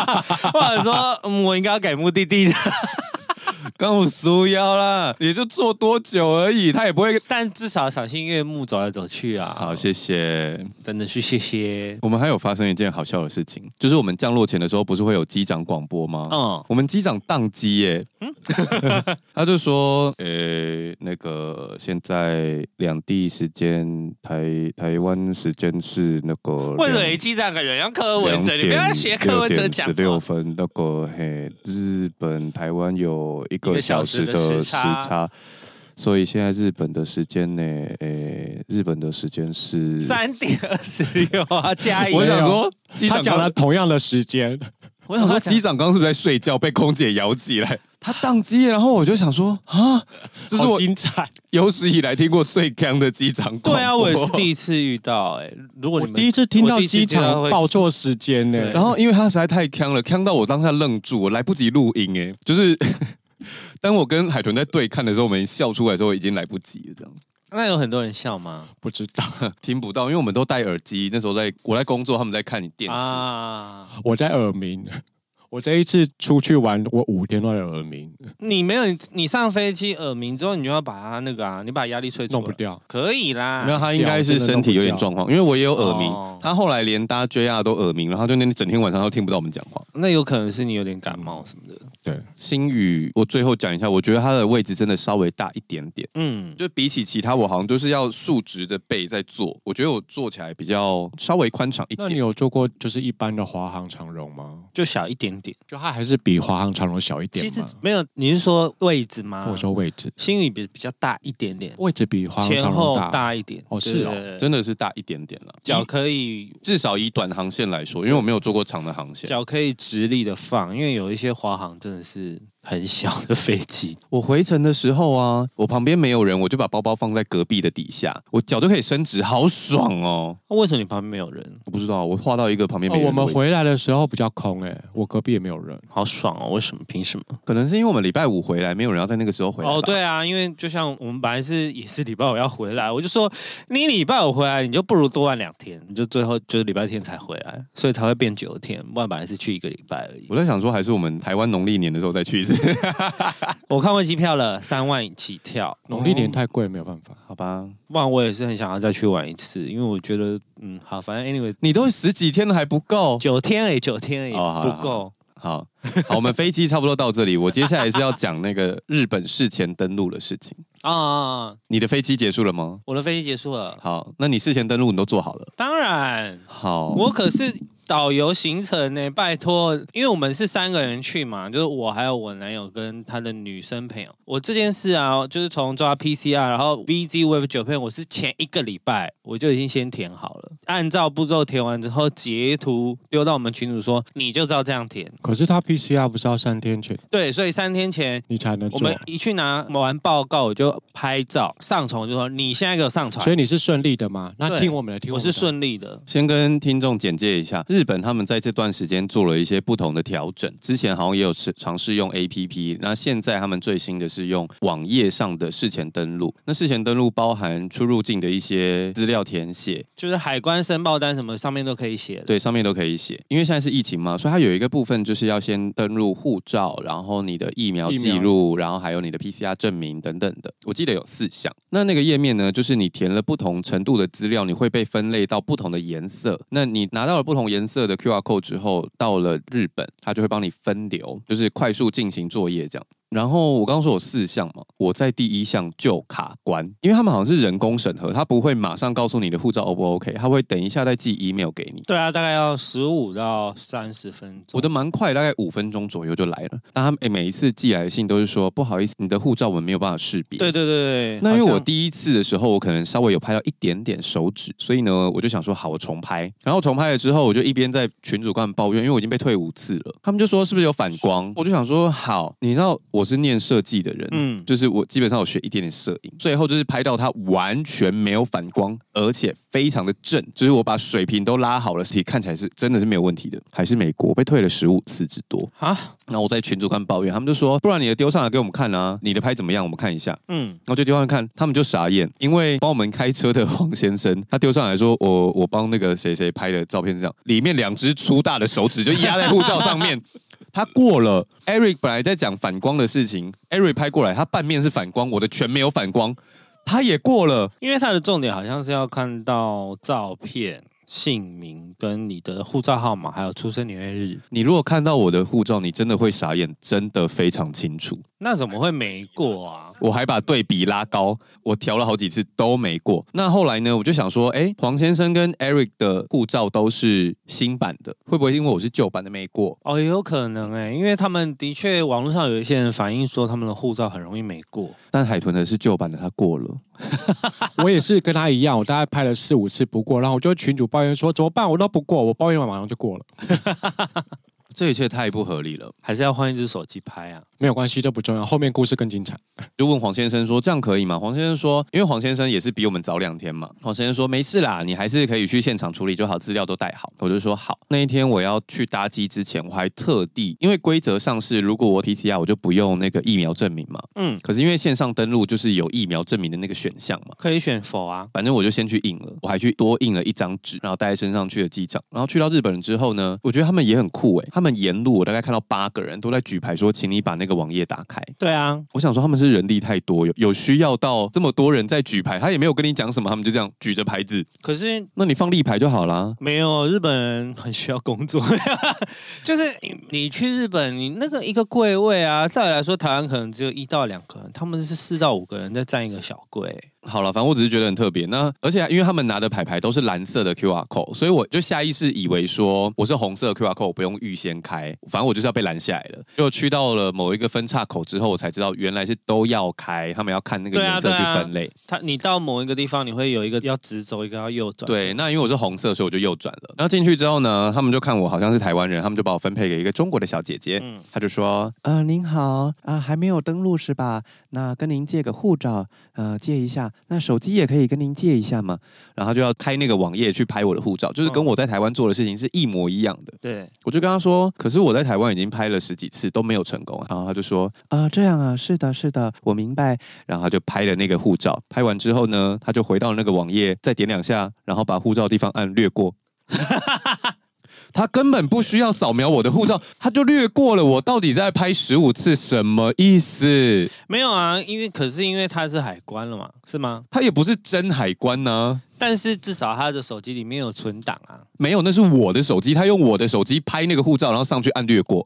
Speaker 1: 或者说，嗯，我应该要改目的地，
Speaker 2: 刚我苏腰啦，也就坐多久而已，他也不会。
Speaker 1: 但至少赏心悦目走来走去啊。
Speaker 2: 好，谢谢。
Speaker 1: 真的是谢谢。
Speaker 2: 我们还有发生一件好笑的事情，就是我们降落前的时候，不是会有机长广播吗？
Speaker 1: 嗯，
Speaker 2: 我们机长宕机耶， 他就说，嗯呃、那个现在两地时间，台台湾时间是那个
Speaker 1: 为什么
Speaker 2: 两
Speaker 1: 你记这样的人？要柯文
Speaker 2: 两
Speaker 1: 哲，
Speaker 2: 点
Speaker 1: 你不要学柯文哲讲
Speaker 2: 十
Speaker 1: 话。
Speaker 2: 六分，那个嘿，日本台湾有一
Speaker 1: 一
Speaker 2: 个
Speaker 1: 个小
Speaker 2: 小
Speaker 1: 时
Speaker 2: 时
Speaker 1: 的
Speaker 2: 的
Speaker 1: 时
Speaker 2: 时
Speaker 1: 差
Speaker 2: 差，所以现在日本的时间呢，诶，日本的时间是。
Speaker 1: 三点二十六啊，加一。
Speaker 2: 我想
Speaker 3: 哎
Speaker 2: 说，机
Speaker 3: 他
Speaker 2: 长
Speaker 3: 讲
Speaker 2: 刚
Speaker 3: 了同样的时间，
Speaker 2: 我想说，机长刚刚是不是在睡觉，被空姐摇起来？他宕机，然后我就想说，啊，这是
Speaker 3: 好
Speaker 2: 我
Speaker 3: 精彩。
Speaker 2: 有史以来听过最强的机长广播
Speaker 1: 对啊，我也是第一次遇到哎、如果
Speaker 3: 我
Speaker 1: 你们
Speaker 3: 第一次听到
Speaker 1: 我第一次
Speaker 3: 机
Speaker 1: 听到
Speaker 3: 场
Speaker 1: 会
Speaker 3: 报错时间呢、
Speaker 1: 对
Speaker 2: 然后因为他实在太呛了，呛到我当下愣住，我来不及录音哎，就是 当我跟海豚在对看的时候，我们笑出来的时候已经来不及了，这样
Speaker 1: 那有很多人笑吗？
Speaker 3: 不知道
Speaker 2: 听不到，因为我们都戴耳机，那时候在我在工作，他们在看电视。
Speaker 1: 啊，
Speaker 3: 我在耳鸣。我这一次出去玩，我五天都在耳鸣，
Speaker 1: 你没有你上飞机耳鸣之后，你就要把它那个啊，你把压力吹出来
Speaker 3: 弄不，掉。
Speaker 1: 可以啦。
Speaker 2: 没有，他应该是身体有点状况，因为我也有耳鸣，
Speaker 1: 哦
Speaker 2: 他后来连搭 JR 都耳鸣，然后就那天整天晚上都听不到我们讲话。
Speaker 1: 那有可能是你有点感冒什么的。
Speaker 3: 对，
Speaker 2: 星宇，我最后讲一下，我觉得他的位置真的稍微大一点点。
Speaker 1: 嗯，
Speaker 2: 就比起其他，我好像就是要竖直着背在做，我觉得我做起来比较稍微宽敞一
Speaker 3: 那
Speaker 2: 点
Speaker 3: 你。有做过就是一般的华航长荣吗？
Speaker 1: 就小一点点。
Speaker 3: 就它还是比华航长荣小一点
Speaker 1: 其
Speaker 3: 嘛。
Speaker 1: 实没有，你是说位置吗？
Speaker 3: 我说位置，
Speaker 1: 心宇比比较大一点点，
Speaker 3: 位置比华航
Speaker 1: 前
Speaker 3: 长
Speaker 1: 后
Speaker 3: 荣大。
Speaker 1: 大一点。
Speaker 3: 哦是哦
Speaker 1: 对，对对
Speaker 2: 真的是大一点点了。
Speaker 1: 脚可以
Speaker 2: 至少以短航线来说，因为我没有做过长的航线。
Speaker 1: 脚可以直立的放，因为有一些华航真的是很小的飞机。
Speaker 2: 我回程的时候啊，我旁边没有人，我就把包包放在隔壁的底下，我脚就可以伸直，好爽哦！
Speaker 1: 那为什么你旁边没有人？
Speaker 2: 我不知道，我画到一个旁边没
Speaker 3: 哦，
Speaker 2: 人、
Speaker 3: 我们回，来的时候比较空哎、我隔壁也没有人。
Speaker 1: 好爽哦！为什么？凭什么？
Speaker 2: 可能是因为我们礼拜五回来，没有人要在那个时候回来。
Speaker 1: 哦，，对啊，因为就像我们本来是也是礼拜五要回来，我就说你礼拜五回来，你就不如多玩两天，你就最后就是礼拜天才回来，所以才会变九天，不然本来是去一个礼拜而已。
Speaker 2: 我在想说，还是我们台湾农历年的时候再去一次，
Speaker 1: 我看过机票了，三万起跳，
Speaker 3: 农历年太贵，没有办法。
Speaker 2: 好吧？
Speaker 1: 不然我也是很想要再去玩一次，因为我觉得嗯好，反正 anyway
Speaker 2: 你都十几天了还不够，
Speaker 1: 九天而已，九天而已、
Speaker 2: 哦好啦
Speaker 1: 不够。
Speaker 2: 好，好，我们飞机差不多到这里。我接下来是要讲那个日本事前登陆的事情。
Speaker 1: 啊啊、啊
Speaker 2: 你的飞机结束了吗？
Speaker 1: 我的飞机结束了，
Speaker 2: 好，那你事前登陆你都做好了。
Speaker 1: 当然
Speaker 2: 好，
Speaker 1: 我可是导游行程呢、拜托，因为我们是三个人去嘛，就是我还有我男友跟他的女生朋友。我这件事啊，就是从抓 PCR，然后 VZ Web 九片，我是前一个礼拜我就已经先填好了，按照步骤填完之后，截图丢到我们群主说，你就照这样填。
Speaker 3: 可是他 PCR 不是要三天前
Speaker 1: 对，所以三天前。
Speaker 3: 你才能
Speaker 1: 我
Speaker 3: 做
Speaker 1: 们，一去拿完报告，我就拍照上传，我就说你现在给我上传。
Speaker 3: 所以你是顺利的吗？那
Speaker 1: 对
Speaker 3: 听我们的，听
Speaker 1: 我
Speaker 3: 们
Speaker 1: 是
Speaker 3: 的。
Speaker 1: 顺利的，
Speaker 2: 先跟听众简介一下，日本他们在这段时间做了一些不同的调整。之前好像也有试尝试用 APP，那现在他们最新的是用网页上的事前登录。那事前登录包含出入境的一些资料填写，
Speaker 1: 就是海关申报单什么上面都可以写的。
Speaker 2: 对，上面都可以写。因为现在是疫情嘛，所以它有一个部分就是要先登录护照，然后你的疫苗
Speaker 3: 疫苗
Speaker 2: 记录，然后还有你的 PCR 证明等等的。我记得有四项。那那个页面呢，就是你填了不同程度的资料，你会被分类到不同的颜色。那你拿到了不同颜色的 QR code 之后，到了日本，它就会帮你分流，就是快速进行作业这样。然后我刚刚说有四项嘛，我在第一项就卡关，因为他们好像是人工审核，他不会马上告诉你的护照 O 不 OK，他会等一下再寄 email 给你。
Speaker 1: 对啊，大概要十五到三十分钟。
Speaker 2: 我的蛮快，大概五分钟左右就来了。那他们欸诶每一次寄来的信都是说不好意思，你的护照我们没有办法识别。
Speaker 1: 对对对对，
Speaker 2: 那因为
Speaker 1: 好像
Speaker 2: 我第一次的时候，我可能稍微有拍到一点点手指，所以呢，我就想说好，我重拍。然后重拍了之后，我就一边在群主跟他们抱怨，因为我已经被退五次了，他们就说是不是有反光？我就想说好，你知道我是念设计的人，
Speaker 1: 嗯，
Speaker 2: 就是我基本上有学一点点摄影，最后就是拍到它完全没有反光，而且非常的正，就是我把水平都拉好了，体看起来是真的是没有问题的。还是美国被退了十五次之多，
Speaker 1: 啊，
Speaker 2: 然后我在群主看抱怨，他们就说不然你的丢上来给我们看啊，你的拍怎么样？我们看一下。
Speaker 1: 嗯，
Speaker 2: 然后就丢上来看，他们就傻眼，因为帮我们开车的黄先生，他丢上来说，我我帮那个谁谁拍的照片是这样，里面两只粗大的手指就压在护照上面。 他过了，Eric 本来在讲反光的事情，Eric 拍过来，他半面是反光，我的全没有反光，他也过了。
Speaker 1: 因为它的重点好像是要看到照片、姓名跟你的护照号码，还有出生年月日。
Speaker 2: 你如果看到我的护照，你真的会傻眼，真的非常清楚。
Speaker 1: 那怎么会没过啊？
Speaker 2: 我还把对比拉高，我调了好几次都没过。那后来呢，我就想说，哎，黄先生跟 Eric 的护照都是新版的，会不会因为我是旧版的没过？
Speaker 1: 哦，也有可能哎、因为他们的确网络上有一些人反映说他们的护照很容易没过。
Speaker 2: 但海豚的是旧版的，他过了。
Speaker 3: 我也是跟他一样，我大概拍了四五次不过，然后我就群主抱怨说怎么办，我都不过，我抱怨完马上就过了，
Speaker 2: 这一切太不合理了，
Speaker 1: 还是要换一只手机拍啊！
Speaker 3: 没有关系，这不重要，后面故事更精彩。
Speaker 2: 就问黄先生说这样可以吗？黄先生说，因为黄先生也是比我们早两天嘛。黄先生说没事啦，你还是可以去现场处理就好，资料都带好。我就说好。那一天我要去搭机之前，我还特地，因为规则上是如果我 PCR 我就不用那个疫苗证明嘛，
Speaker 1: 嗯，
Speaker 2: 可是因为线上登录就是有疫苗证明的那个选项嘛，
Speaker 1: 可以选否啊。
Speaker 2: 反正我就先去印了，我还去多印了一张纸，然后带在身上去了机场。然后去到日本之后呢，我觉得他们也很酷诶、欸他们沿路我大概看到八个人都在举牌说，请你把那个网页打开。
Speaker 1: 对啊，
Speaker 2: 我想说他们是人力太多，有有需要到这么多人在举牌，他也没有跟你讲什么，他们就这样举着牌子，
Speaker 1: 可是
Speaker 2: 那你放立牌就好啦。
Speaker 1: 没有日本人很需要工 作，就是你你去日本，你那个一个柜位啊，照理来说台湾可能只有一到两个人，他们是四到五个人在占一个小柜。
Speaker 2: 好了，反正我只是觉得很特别。那而且因为他们拿的牌牌都是蓝色的 QR code，所以我就下意识以为说我是红色的 QR code，我不用预先开，反正我就是要被拦下来了。就去到了某一个分岔口之后，我才知道原来是都要开，他们要看那个
Speaker 1: 对啊
Speaker 2: 颜色去
Speaker 1: 对啊
Speaker 2: 分类。
Speaker 1: 他你到某一个地方，你会有一个要直走，一个要右转。
Speaker 2: 对，那因为我是红色，所以我就右转了。然后进去之后呢，他们就看我好像是台湾人，他们就把我分配给一个中国的小姐姐。
Speaker 1: 嗯
Speaker 2: 她就说：“呃，您好，啊、还没有登录是吧？那跟您借个护照，呃，借一下。那手机也可以跟您借一下嘛。”然后她就要开那个网页去拍我的护照，就是跟
Speaker 1: 嗯
Speaker 2: 我在台湾做的事情是一模一样的。
Speaker 1: 对，
Speaker 2: 我就跟他说，可是我在台湾已经拍了十几次都没有成功啊，然后他就说啊、这样啊，是的，是的，我明白。然后他就拍了那个护照，拍完之后呢，他就回到那个网页，再点两下，然后把护照地方按略过。 他根本不需要扫描我的护照，他就略过了我。到底在拍十五次什么意思？
Speaker 1: 没有啊，因为可是因为他是海关了嘛，是吗？
Speaker 2: 他也不是真海关呢、
Speaker 1: 但是至少他的手机里面有存档啊，
Speaker 2: 没有，那是我的手机，他用我的手机拍那个护照，然后上去按略过，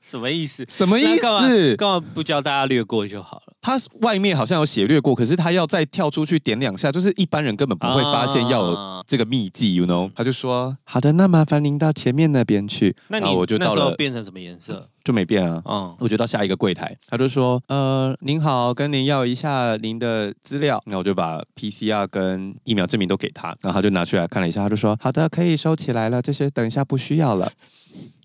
Speaker 1: 什么意思？
Speaker 2: 什么
Speaker 1: 那
Speaker 2: 意
Speaker 1: 干嘛
Speaker 2: 思？
Speaker 1: 干嘛不教大家略过就好了？
Speaker 2: 它外面好像有写略过，可是他要再跳出去点两下，就是一般人根本不会发现要有
Speaker 1: 啊
Speaker 2: 这个秘技，you know？他就说好的，那麻烦您到前面那边去。
Speaker 1: 那
Speaker 2: 然
Speaker 1: 你
Speaker 2: 后我就
Speaker 1: 那
Speaker 2: 到
Speaker 1: 时候
Speaker 2: 了，
Speaker 1: 变成什么颜色？
Speaker 2: 就没变啊。
Speaker 1: 嗯，
Speaker 2: 我就到下一个柜台，他就说：“呃，您好，跟您要一下您的资料。”那我就把 PCR 跟疫苗证明都给他，然后他就拿出来看了一下，他就说：“好的，可以收起来了，这些等一下不需要了。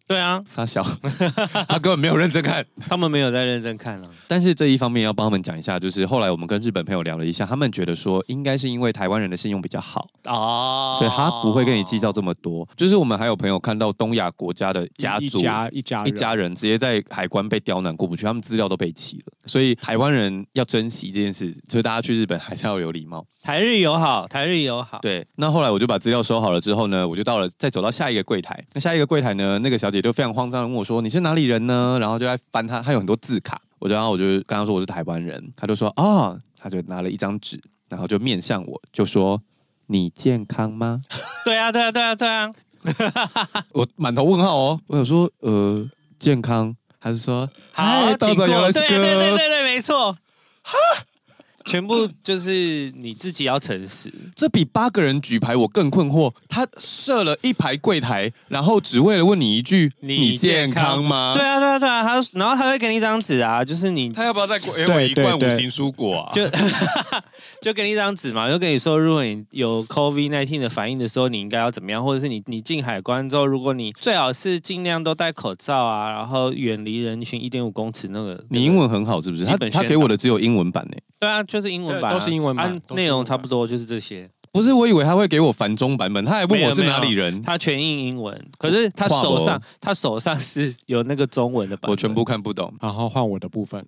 Speaker 1: 对啊”，
Speaker 2: 傻小， 他根本没有认真看。
Speaker 1: 他们没有在认真看了、
Speaker 2: 但是这一方面要帮他们讲一下，就是后来我们跟日本朋友聊了一下，他们觉得说应该是因为台湾人的信用比较好，
Speaker 1: 哦
Speaker 2: 所以他不会跟你计较这么多。就是我们还有朋友看到东亚国家的家
Speaker 3: 一
Speaker 2: 族。
Speaker 3: 家一家
Speaker 2: 一
Speaker 3: 人
Speaker 2: 家人直接在海关被刁难过不去，他们资料都被弃了，所以台湾人要珍惜这件事，所以大家去日本还是要有礼貌。
Speaker 1: 台日友好，台日友好。
Speaker 2: 对，那后来我就把资料收好了之后呢，我就到了，再走到下一个柜台。那下一个柜台呢，那个小姐就非常慌张的问我说：“你是哪里人呢？”然后就在翻她，她有很多字卡。我就然后我就跟她说我是台湾人，她就说：“哦。”她就拿了一张纸，然后就面向我，就说：“你健康吗
Speaker 1: 对啊，对啊，对啊，对啊。？”
Speaker 2: 我满头问号哦，我想说：“呃，健康。”他是说
Speaker 1: 好，
Speaker 2: 嗨
Speaker 1: 请
Speaker 2: 豆
Speaker 1: 过，
Speaker 2: 子有
Speaker 1: 对
Speaker 2: 了
Speaker 1: 对对
Speaker 2: 哥
Speaker 1: 对对，没错。全部就是你自己要诚实，
Speaker 2: 这比八个人举牌我更困惑。他设了一排柜台，然后只为了问你一句：“
Speaker 1: 你
Speaker 2: 你健康吗？”
Speaker 1: 对，啊，对啊，对啊，他然后他会给你一张纸啊，就是你
Speaker 2: 他要不要再给我
Speaker 3: 对
Speaker 2: 一罐
Speaker 3: 对
Speaker 2: 五
Speaker 3: 对
Speaker 2: 星蔬果啊？
Speaker 1: 就就给你一张纸嘛，就跟你说，如果你有 COVID 1 9的反应的时候，你应该要怎么样，或者是你你进海关之后，如果你最好是尽量都戴口罩啊，然后远离人群一点五公尺那个。
Speaker 2: 你英文很好是不是？他
Speaker 1: 基本宣
Speaker 2: 他
Speaker 1: 导
Speaker 2: 给我的只有英文版呢、
Speaker 1: 对啊，就是英文版啊、
Speaker 3: 对都是英文版
Speaker 1: 啊
Speaker 3: 都是英文版
Speaker 1: 内容差不多就是这些。
Speaker 2: 不是，我以为他会给我繁中版本，他还问
Speaker 1: 没有
Speaker 2: 我是
Speaker 1: 没有
Speaker 2: 哪里人，
Speaker 1: 他全印英文，可是他
Speaker 2: 跨
Speaker 1: 手
Speaker 2: 国
Speaker 1: 上他手上是有那个中文的版本。
Speaker 2: 我全部看不懂。
Speaker 3: 然后换我的部分，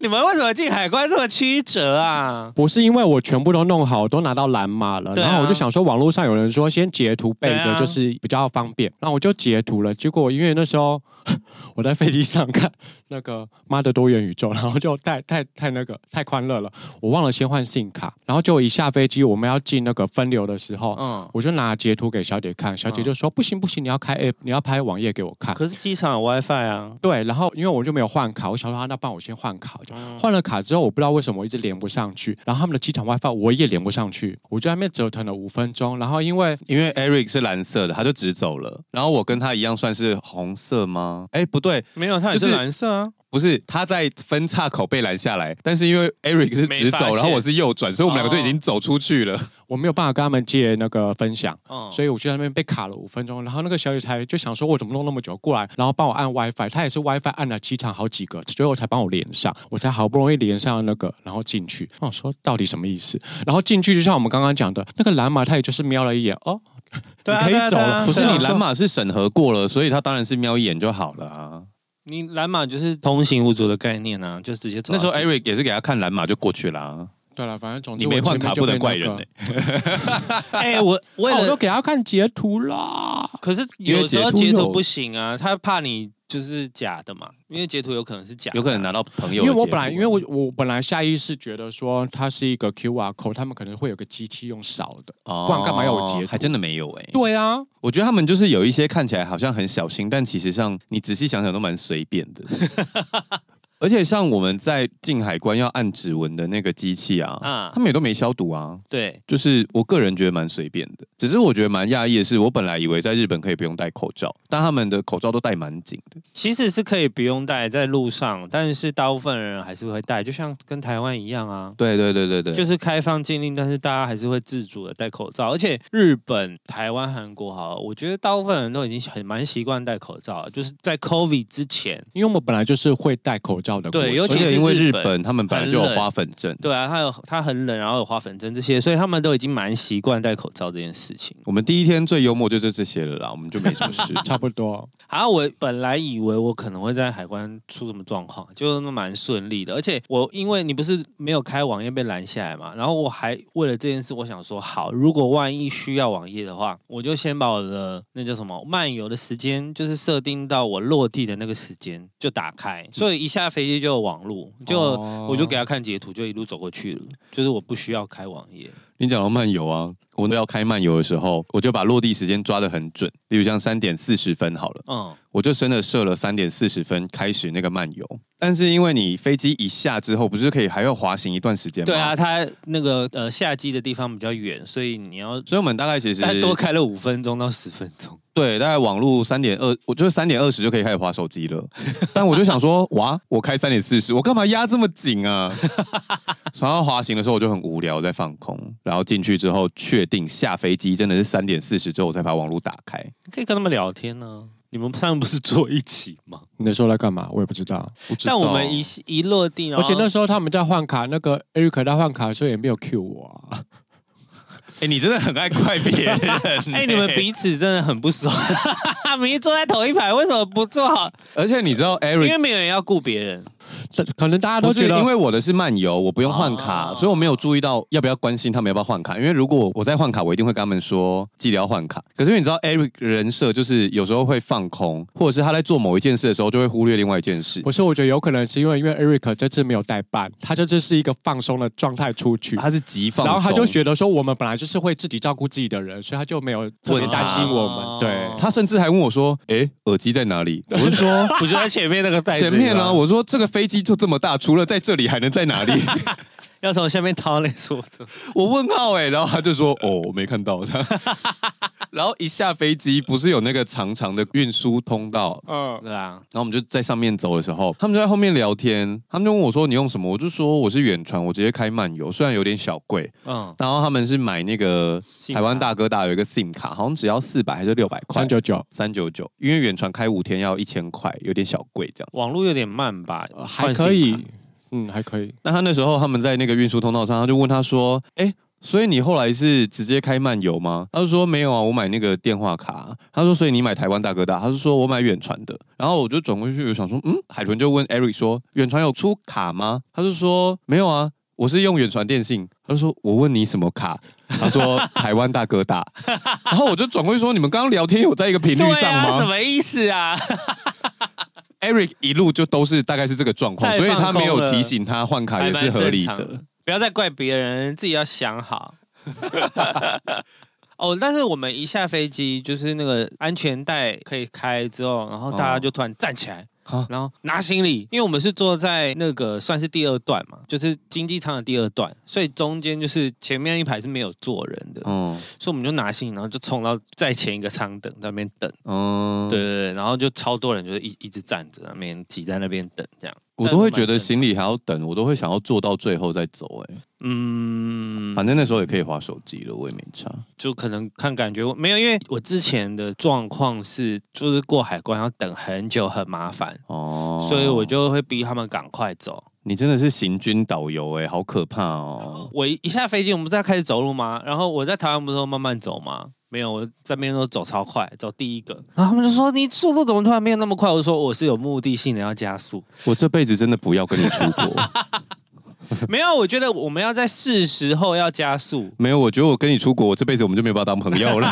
Speaker 1: 你们为什么进海关这么曲折啊？
Speaker 3: 不是因为我全部都弄好，都拿到蓝码了，
Speaker 1: 对啊
Speaker 3: 然后我就想说，网络上有人说先截图备
Speaker 1: 对
Speaker 3: 着，
Speaker 1: 啊
Speaker 3: 就是比较方便，那我就截图了。结果因为那时候 我在飞机上看那个《妈的多元宇宙》，然后就太 太太那个太欢乐了，我忘了先换信卡，然后就一下飞机，我们要进那个分流的时候，
Speaker 1: 嗯，
Speaker 3: 我就拿截图给小姐看，小姐就说、不行不行，你要开 app，你要拍网页给我看。
Speaker 1: 可是机场有 WiFi 啊。
Speaker 3: 对，然后因为我就没有换卡，我想说、啊、那帮我先换卡，就
Speaker 1: 嗯
Speaker 3: 换了卡之后，我不知道为什么我一直连不上去，然后他们的机场 WiFi 我也连不上去，我就在那边折腾了五分钟，然后因为
Speaker 2: 因为 Eric 是蓝色的，他就直走了。然后我跟他一样算是红色吗？哎，不对，
Speaker 1: 没有，它也
Speaker 2: 就是
Speaker 1: 是蓝色啊。
Speaker 2: 不是，他在分岔口被拦下来，但是因为 Eric 是直
Speaker 1: 没发现
Speaker 2: 走，然后我是右转，所以我们两个
Speaker 1: 哦
Speaker 2: 就已经走出去了。
Speaker 3: 我没有办法跟他们借那个分享。
Speaker 1: 嗯，
Speaker 3: 所以我就在那边被卡了五分钟，然后那个小姐才就想说，我怎么弄那么久过来，然后帮我按 WiFi，她也是 WiFi 按了机场好几个，最后才帮我连上，我才好不容易连上那个，然后进去。我想说到底什么意思？然后进去就像我们刚刚讲的，那个蓝马他也就是瞄了一眼，哦，
Speaker 1: 对啊
Speaker 3: 你可以
Speaker 1: 对啊
Speaker 3: 走
Speaker 1: 对啊
Speaker 3: 了，
Speaker 2: 不是
Speaker 1: 对啊
Speaker 2: 你蓝马是审核过了，所以他当然是瞄一眼就好了啊。
Speaker 1: 你蓝码就是通行无阻的概念啊，就直接走
Speaker 2: 那
Speaker 1: 到
Speaker 2: 时
Speaker 1: 底。
Speaker 2: 候 Eric 也是给他看蓝马就过去了啊。
Speaker 3: 对了，反正总之
Speaker 2: 你没换卡不能怪人欸
Speaker 3: 呢、
Speaker 2: 呢、
Speaker 1: 哎、 我为
Speaker 3: 哦我
Speaker 1: 了
Speaker 3: 都，给他看截图啦。
Speaker 1: 可是
Speaker 2: 因为
Speaker 1: 有时候
Speaker 2: 截
Speaker 1: 截
Speaker 2: 图有
Speaker 1: 图不行啊，他怕你就是假的嘛，因为截图有可能是假的啊，
Speaker 2: 有可能拿到朋友
Speaker 3: 因
Speaker 2: 的截图。
Speaker 3: 为我本来，因为我我本来下意识觉得说它是一个 QR code，他们可能会有个机器用扫的。
Speaker 2: 哦
Speaker 3: 不然干嘛要我截图
Speaker 2: 还真的没有哎、
Speaker 3: 对啊，
Speaker 2: 我觉得他们就是有一些看起来好像很小心，但其实上你仔细想想都蛮随便的。而且像我们在进海关要按指纹的那个机器啊，
Speaker 1: 啊
Speaker 2: 他们也都没消毒啊。
Speaker 1: 对，
Speaker 2: 就是我个人觉得蛮随便的，只是我觉得蛮讶异的是，我本来以为在日本可以不用戴口罩，但他们的口罩都戴蛮紧的。
Speaker 1: 其实是可以不用带在路上，但是大部分人还是会带，就像跟台湾一样啊。
Speaker 2: 对对对对对，
Speaker 1: 就是是开放禁令，但是大家还是会自主的戴口罩。而且日本、台湾、韩国好了，我觉得大部分人都已经很蛮习惯戴口罩了，就是在 COVID 之前，
Speaker 3: 因为我们本来就是会戴口罩的国家，
Speaker 1: 对尤
Speaker 2: 而
Speaker 1: 其
Speaker 2: 且
Speaker 1: 是
Speaker 2: 因为日
Speaker 1: 日
Speaker 2: 本
Speaker 1: 本
Speaker 2: 他们本来就有花粉症，
Speaker 1: 对啊，它有它很冷，然后有花粉症这些，所以他们都已经蛮习惯戴口罩这件事情。
Speaker 2: 我们第一天最幽默就是这些了啦，我们就没 什么事。
Speaker 3: 差不多。
Speaker 1: 啊，我本来以为我可能会在海关出什么状况，就蛮顺利的。而且我因为你不是没有开网页被拦下来嘛，然后我还为了这件事，我想说好，如果万一需要网页的话，我就先把我的那叫什么漫游的时间，就是设定到我落地的那个时间就打开，所以一下飞机就有网路，就、
Speaker 3: 哦
Speaker 1: 我就给他看截图，就一路走过去了，就是我不需要开网页。
Speaker 2: 你讲到漫游啊，我要开漫游的时候，我就把落地时间抓得很准，例如像三点四十分好了，
Speaker 1: 嗯，
Speaker 2: 我就真的设了三点四十分开始那个漫游。但是因为你飞机一下之后，不是可以还要滑行一段时间吗？
Speaker 1: 对啊，，它那个呃下机的地方比较远，所以你要。
Speaker 2: 所以我们大概其实
Speaker 1: 但多开了五分钟到十分钟，
Speaker 2: 对，大概网络三点二，我就是三点二十就可以开始划手机了。 但我就想说，哇，我开三点四十，我干嘛压这么紧啊？ 然后滑行的时候我就很无聊，在放空。然后进去之后，确定下飞机真的是三点四十之后，我才把网络打开。
Speaker 1: 可以跟他们聊天呢、你们他们不是坐一起吗？
Speaker 3: 你那时候在干嘛？我也不知道。
Speaker 2: 不知道
Speaker 1: 但我们一一落哦地，然
Speaker 3: 而
Speaker 1: 后
Speaker 3: 且那时候他们在换卡，那个 Eric 在换卡的时候也没有 cue 我啊。
Speaker 2: 哎、你真的很爱怪别人、
Speaker 1: 哎、你们彼此真的很不熟， 明明坐在同一排，为什么不坐好？
Speaker 2: 而且你知道
Speaker 1: 因
Speaker 2: Eric
Speaker 1: 为没有人要顾别人。
Speaker 3: 这可能大家都
Speaker 2: 不
Speaker 3: 觉
Speaker 2: 是
Speaker 3: 得，
Speaker 2: 因为我的是漫游，我不用换卡，
Speaker 1: 哦
Speaker 2: 所以我没有注意到要不要关心他们要不要换卡。因为如果我在换卡，我一定会跟他们说记得要换卡。可是因为你知道 Eric 人设就是有时候会放空，或者是他在做某一件事的时候就会忽略另外一件事。
Speaker 3: 不是，我觉得有可能是因为因为 Eric 这次没有带伴，他这次是一个放松的状态出去。
Speaker 2: 他是极放松，
Speaker 3: 然后他就觉得说，我们本来就是会自己照顾自己的人，所以他就没有特别担心我们。
Speaker 1: 哦
Speaker 3: 对，
Speaker 2: 他甚至还问我说：“诶，耳机在哪里？”我是 说
Speaker 1: 不就在前面那个袋子里
Speaker 2: 前
Speaker 1: 吗
Speaker 2: 面啊，我说这个飞机就这么大，除了在这里还能在哪里？
Speaker 1: 要从下面掏那束 的，
Speaker 2: 我问号 哎、然后他就说哦，我没看到 他。然后一下飞机，不是有那个长长的运输通道，
Speaker 3: 嗯，
Speaker 1: 对啊，
Speaker 2: 然后我们就在上面走的时候，他们就在后面聊天，他们就问我说你用什么，我就说我是远传，我直接开漫游，虽然有点小贵，
Speaker 1: 嗯，
Speaker 2: 然后他们是买那个
Speaker 1: SIM 卡
Speaker 2: 台湾大哥大有一个 SIM 卡，好像只要四百还是六百块
Speaker 3: 三。九九。
Speaker 2: 三九九，因为远传开五天要一千块，有点小贵这样。
Speaker 1: 网络有点慢吧，
Speaker 3: 呃还
Speaker 1: 换信
Speaker 3: 可
Speaker 1: 卡
Speaker 3: 以，嗯，还可以。
Speaker 2: 那他那时候他们在那个运输通道上，他就问他说：“哎、所以你后来是直接开漫游吗？”他就说：“没有啊，我买那个电话卡。”啊他说：“所以你买台湾大哥大？”他就说：“我买远传的。”然后我就转过去，我想说：“嗯。”海豚就问 Eric 说：“远传有出卡吗？”他就说：“没有啊，我是用远传电信。”他就说：“我问你什么卡？”他说：“台湾大哥大。” 然后我就转过去说：“你们刚刚聊天有在一个频率
Speaker 1: 对
Speaker 2: 上
Speaker 1: 啊，什
Speaker 2: 吗
Speaker 1: 么意思啊？
Speaker 2: ？”Eric 一路就都是大概是这个状况，
Speaker 1: 太
Speaker 2: 所以他
Speaker 1: 放空
Speaker 2: 没有
Speaker 1: 了
Speaker 2: 提醒他换啊卡也是合理
Speaker 1: 还蛮正常
Speaker 2: 的。
Speaker 1: 不要再怪别人，自己要 想好。哦，但是我们一下飞机，就是那个安全带可以开之后，然后大
Speaker 2: 哦
Speaker 1: 家就突然站起来，
Speaker 2: 啊
Speaker 1: 然后拿行李，因为我们是坐在那个算是第二段嘛，就是经济舱的第二段，所以中间就是前面一排是没有坐人的，
Speaker 2: 嗯
Speaker 1: 所以我们就拿行李，然后就冲到再前一个舱等在那边等，
Speaker 2: 嗯，
Speaker 1: 对对对，然后就超多人就是一一直站着那边挤在那边等这样，
Speaker 2: 我都会觉得行李还要等，我都会想要做到最后再走、哎、
Speaker 1: 嗯，
Speaker 2: 反正那时候也可以划手机了，我也没差。
Speaker 1: 就可能看感觉，没有，因为我之前的状况是，就是过海关要等很久，很麻烦，
Speaker 2: 哦，
Speaker 1: 所以我就会逼他们赶快走。
Speaker 2: 你真的是行军导游哎、好可怕哦！
Speaker 1: 我一下飞机，我们不是要开始走路吗？然后我在台湾不是都慢慢走吗？没有，我这边都走超快，走第一个。然后他们就说：“你速度怎么突然变那么快？”我就说：“我是有目的性的要加速。
Speaker 2: 我这辈子真的不要跟你出 国，”，
Speaker 1: 没有，我觉得我们要在是时候要加速
Speaker 2: 没有，我觉得我跟你出国，我这辈子我们就没有办法当朋友 了。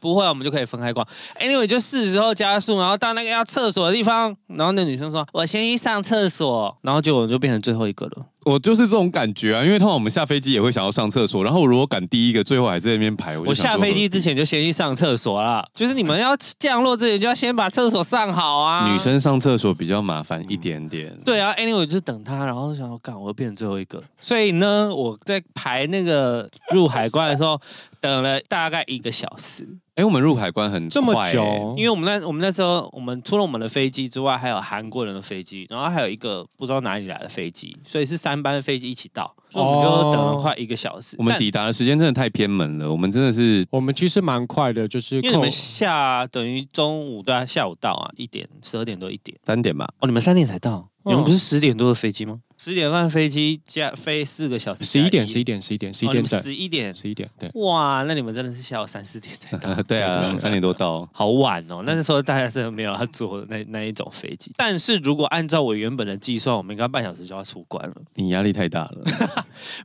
Speaker 1: 不会我们就可以分开逛。Anyway，就四时候加速，然后到那个要厕所的地方，然后那女生说：“我先去上厕所。”然后结果我就变成最后一个了。
Speaker 2: 我就是这种感觉啊，因为通常我们下飞机也会想要上厕所，然后如果赶第一个，最后还在那边排，我
Speaker 1: 我
Speaker 2: 就想
Speaker 1: 下
Speaker 2: 说
Speaker 1: 飞机之前就先去上厕所 啦，就是你们要降落之前就要先把厕所上好啊。
Speaker 2: 女生上厕所比较麻烦一点点。
Speaker 1: 对啊，anyway 我就等他，然后想要干，我又变成最后一个。所以呢，我在排那个入海关的时候，等了大概一个小时，
Speaker 2: 哎、我们入海关很
Speaker 3: 这么
Speaker 2: 快哎
Speaker 3: 久，
Speaker 1: 因为我们那我们那时候，我们除了我们的飞机之外，还有韩国人的飞机，然后还有一个不知道哪里来的飞机，所以是三班飞机一起到，所以我们就等了快一个小时。
Speaker 3: 哦
Speaker 2: 我们
Speaker 1: 但
Speaker 2: 抵达的时间真的太偏门了，我们真的是
Speaker 3: 我们其实蛮快的，就是
Speaker 1: 因为你
Speaker 3: 扣
Speaker 1: 们下等于中午对啊，下午到啊，一点十二点多一点。
Speaker 2: 三点吧，
Speaker 1: 哦，你们三点才到？你们
Speaker 3: 嗯
Speaker 1: 不是十点多的飞机吗？十点半飞机加飞四个小时，
Speaker 3: 十一点、十一点、十一点、十一点整，
Speaker 1: 十一点，
Speaker 3: 十一点对。
Speaker 1: 哇，那你们真的是下午三四点才到，
Speaker 2: 对啊，三点多到。
Speaker 1: 好晚
Speaker 2: 嗯
Speaker 1: 哦。那时候大家真的没有要坐那那一种飞机，但是如果按照我原本的计算，我们应该半小时就要出关了。
Speaker 2: 你压力太大 了。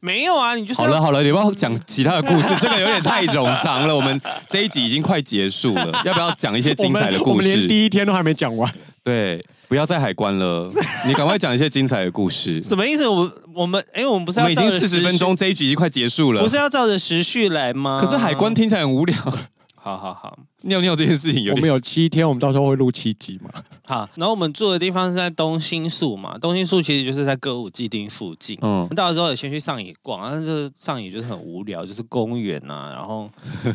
Speaker 1: 没有啊，你就是
Speaker 2: 好
Speaker 1: 要
Speaker 2: 了好了，你不要讲其他的故事，这个有点太冗长了。我们这一集已经快结束 了，要不要讲一些精彩的
Speaker 3: 我们我
Speaker 2: 故
Speaker 3: 们连
Speaker 2: 事？
Speaker 3: 第一天都还没讲完，
Speaker 2: 对，不要再海关了，你赶快讲一些精彩的故 事。
Speaker 1: 什么意思？我我们哎，我们不是
Speaker 2: 我
Speaker 1: 要
Speaker 2: 们已
Speaker 1: 照
Speaker 2: 经
Speaker 1: 着
Speaker 2: 四十
Speaker 1: 时
Speaker 2: 分
Speaker 1: 序，
Speaker 2: 钟，这一集已经快结束了
Speaker 1: 不。是要照着时序来吗？
Speaker 2: 可是海关，听起来很无聊，
Speaker 1: 好好好
Speaker 2: 尿尿这件事情有
Speaker 3: 我们
Speaker 2: 点。
Speaker 3: 有七天，我们到时候会录七集嘛？
Speaker 1: 好，然后我们住的地方是在东新宿嘛，东新宿其实就是在歌舞伎町附近。
Speaker 2: 嗯，
Speaker 1: 到时候也先去上野逛，但是就是上野就是很无聊，就是公园啊，然后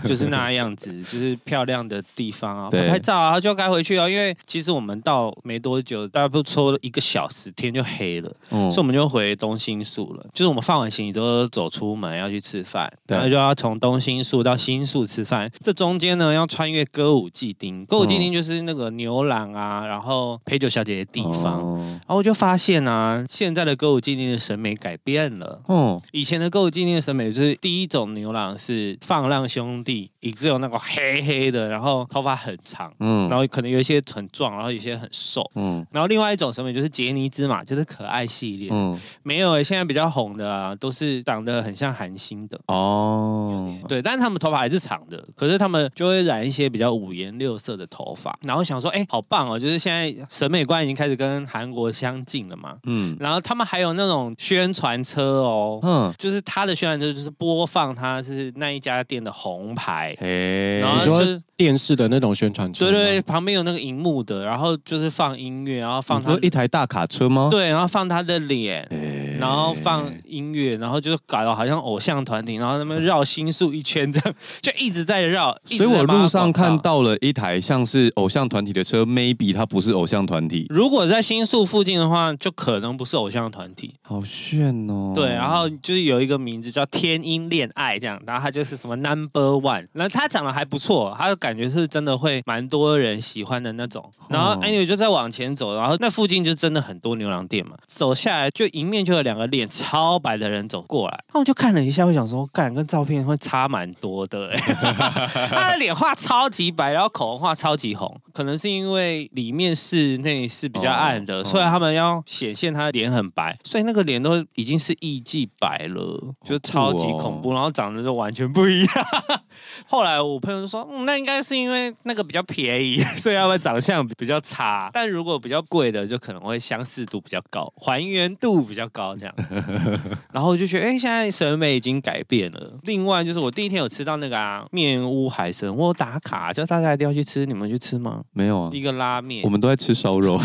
Speaker 1: 就是那样子，就是漂亮的地方啊，
Speaker 2: 对
Speaker 1: 拍拍照啊，就该回去哦。因为其实我们到没多久，大概不抽一个小时，天就黑了，
Speaker 2: 嗯
Speaker 1: 所以我们就回东新宿了。就是我们放完行李之后走出门要去吃饭，
Speaker 2: 对
Speaker 1: 然后就要从东新宿到新宿吃饭，这中间呢要穿越歌舞伎町，歌舞伎
Speaker 2: 哦
Speaker 1: 町就是那个牛郎啊，然后陪酒小姐的地方。
Speaker 2: 哦
Speaker 1: 然后我就发现啊，现在的歌舞伎町的审美改变了。
Speaker 2: 哦，
Speaker 1: 以前的歌舞伎町的审美就是第一种牛郎是放浪兄弟，也只有那个黑黑的，然后头发很长，然
Speaker 2: 嗯
Speaker 1: 后可能有一些很壮，然后有些很瘦。
Speaker 2: 嗯
Speaker 1: 然后另外一种审美就是杰尼兹嘛，就是可爱系列。
Speaker 2: 嗯，
Speaker 1: 没有诶、现在比较红的啊，都是长得很像韩星的。
Speaker 2: 哦，
Speaker 1: 对，但是他们头发还是长的，可是他们就会染一些比较五颜六色的头发，然后想说，哎，好棒哦！就是现在审美观已经开始跟韩国相近了嘛。
Speaker 2: 嗯
Speaker 1: 然后他们还有那种宣传车哦，
Speaker 2: 嗯，
Speaker 1: 就是他的宣传车就是播放他是那一家店的红牌，
Speaker 2: 嘿，
Speaker 1: 然后
Speaker 3: 你说
Speaker 1: 就是
Speaker 3: 电视的那种宣传车
Speaker 1: 对
Speaker 3: 吗，
Speaker 1: 对，旁边有那个荧幕的，然后就是放音乐，然后放
Speaker 2: 你
Speaker 1: 他
Speaker 2: 说一台哎大卡车吗？
Speaker 1: 对，然后放他的脸，
Speaker 2: 对
Speaker 1: 然后放音乐，然后就搞得好像偶像团体，然后他们绕心术一圈这样， 就一直在绕。一
Speaker 2: 所
Speaker 1: 直
Speaker 2: 以
Speaker 1: 在
Speaker 2: 我
Speaker 1: 帮他
Speaker 2: 路上
Speaker 1: 广告
Speaker 2: 看。到了一台像是偶像团体的车，maybe 它不是偶像团体，
Speaker 1: 如果在新宿附近的话，就可能不是偶像团体，
Speaker 2: 好炫哦。
Speaker 1: 对。啊然后就是有一个名字叫天音恋爱这样，然后他就是什么 number one，然后他长得还不错，他感觉是真的会蛮多人喜欢的那种。然后
Speaker 2: 哦
Speaker 1: anyway 就再往前走，然后那附近就真的很多牛郎店嘛，走下来就迎面就有两个脸超白的人走过来，那我就看了一下，我想说，干跟照片会差蛮多的、 欸。他的脸画超级白，然后口红画超级红，可能是因为里面室内是比较暗的，
Speaker 2: 哦
Speaker 1: 所以他们要显现他的脸很白，所以那个脸都已经是艺伎白了，就超级恐
Speaker 2: 哦
Speaker 1: 怖，然后长得就完全不一样。 后来我朋友就说，嗯，那应该是因为那个比较便宜， 所以他们长相比较差，但如果比较贵的，就可能会相似度比较高，还原度比较高这样。 然后我就觉得，哎、现在审美已经改变了。另外就是我第一天有吃到那个啊面屋海参，我有打卡叫大家一定要去吃，你们去吃吗？
Speaker 2: 没有啊，
Speaker 1: 一个拉面
Speaker 2: 我，们都在吃烧 肉。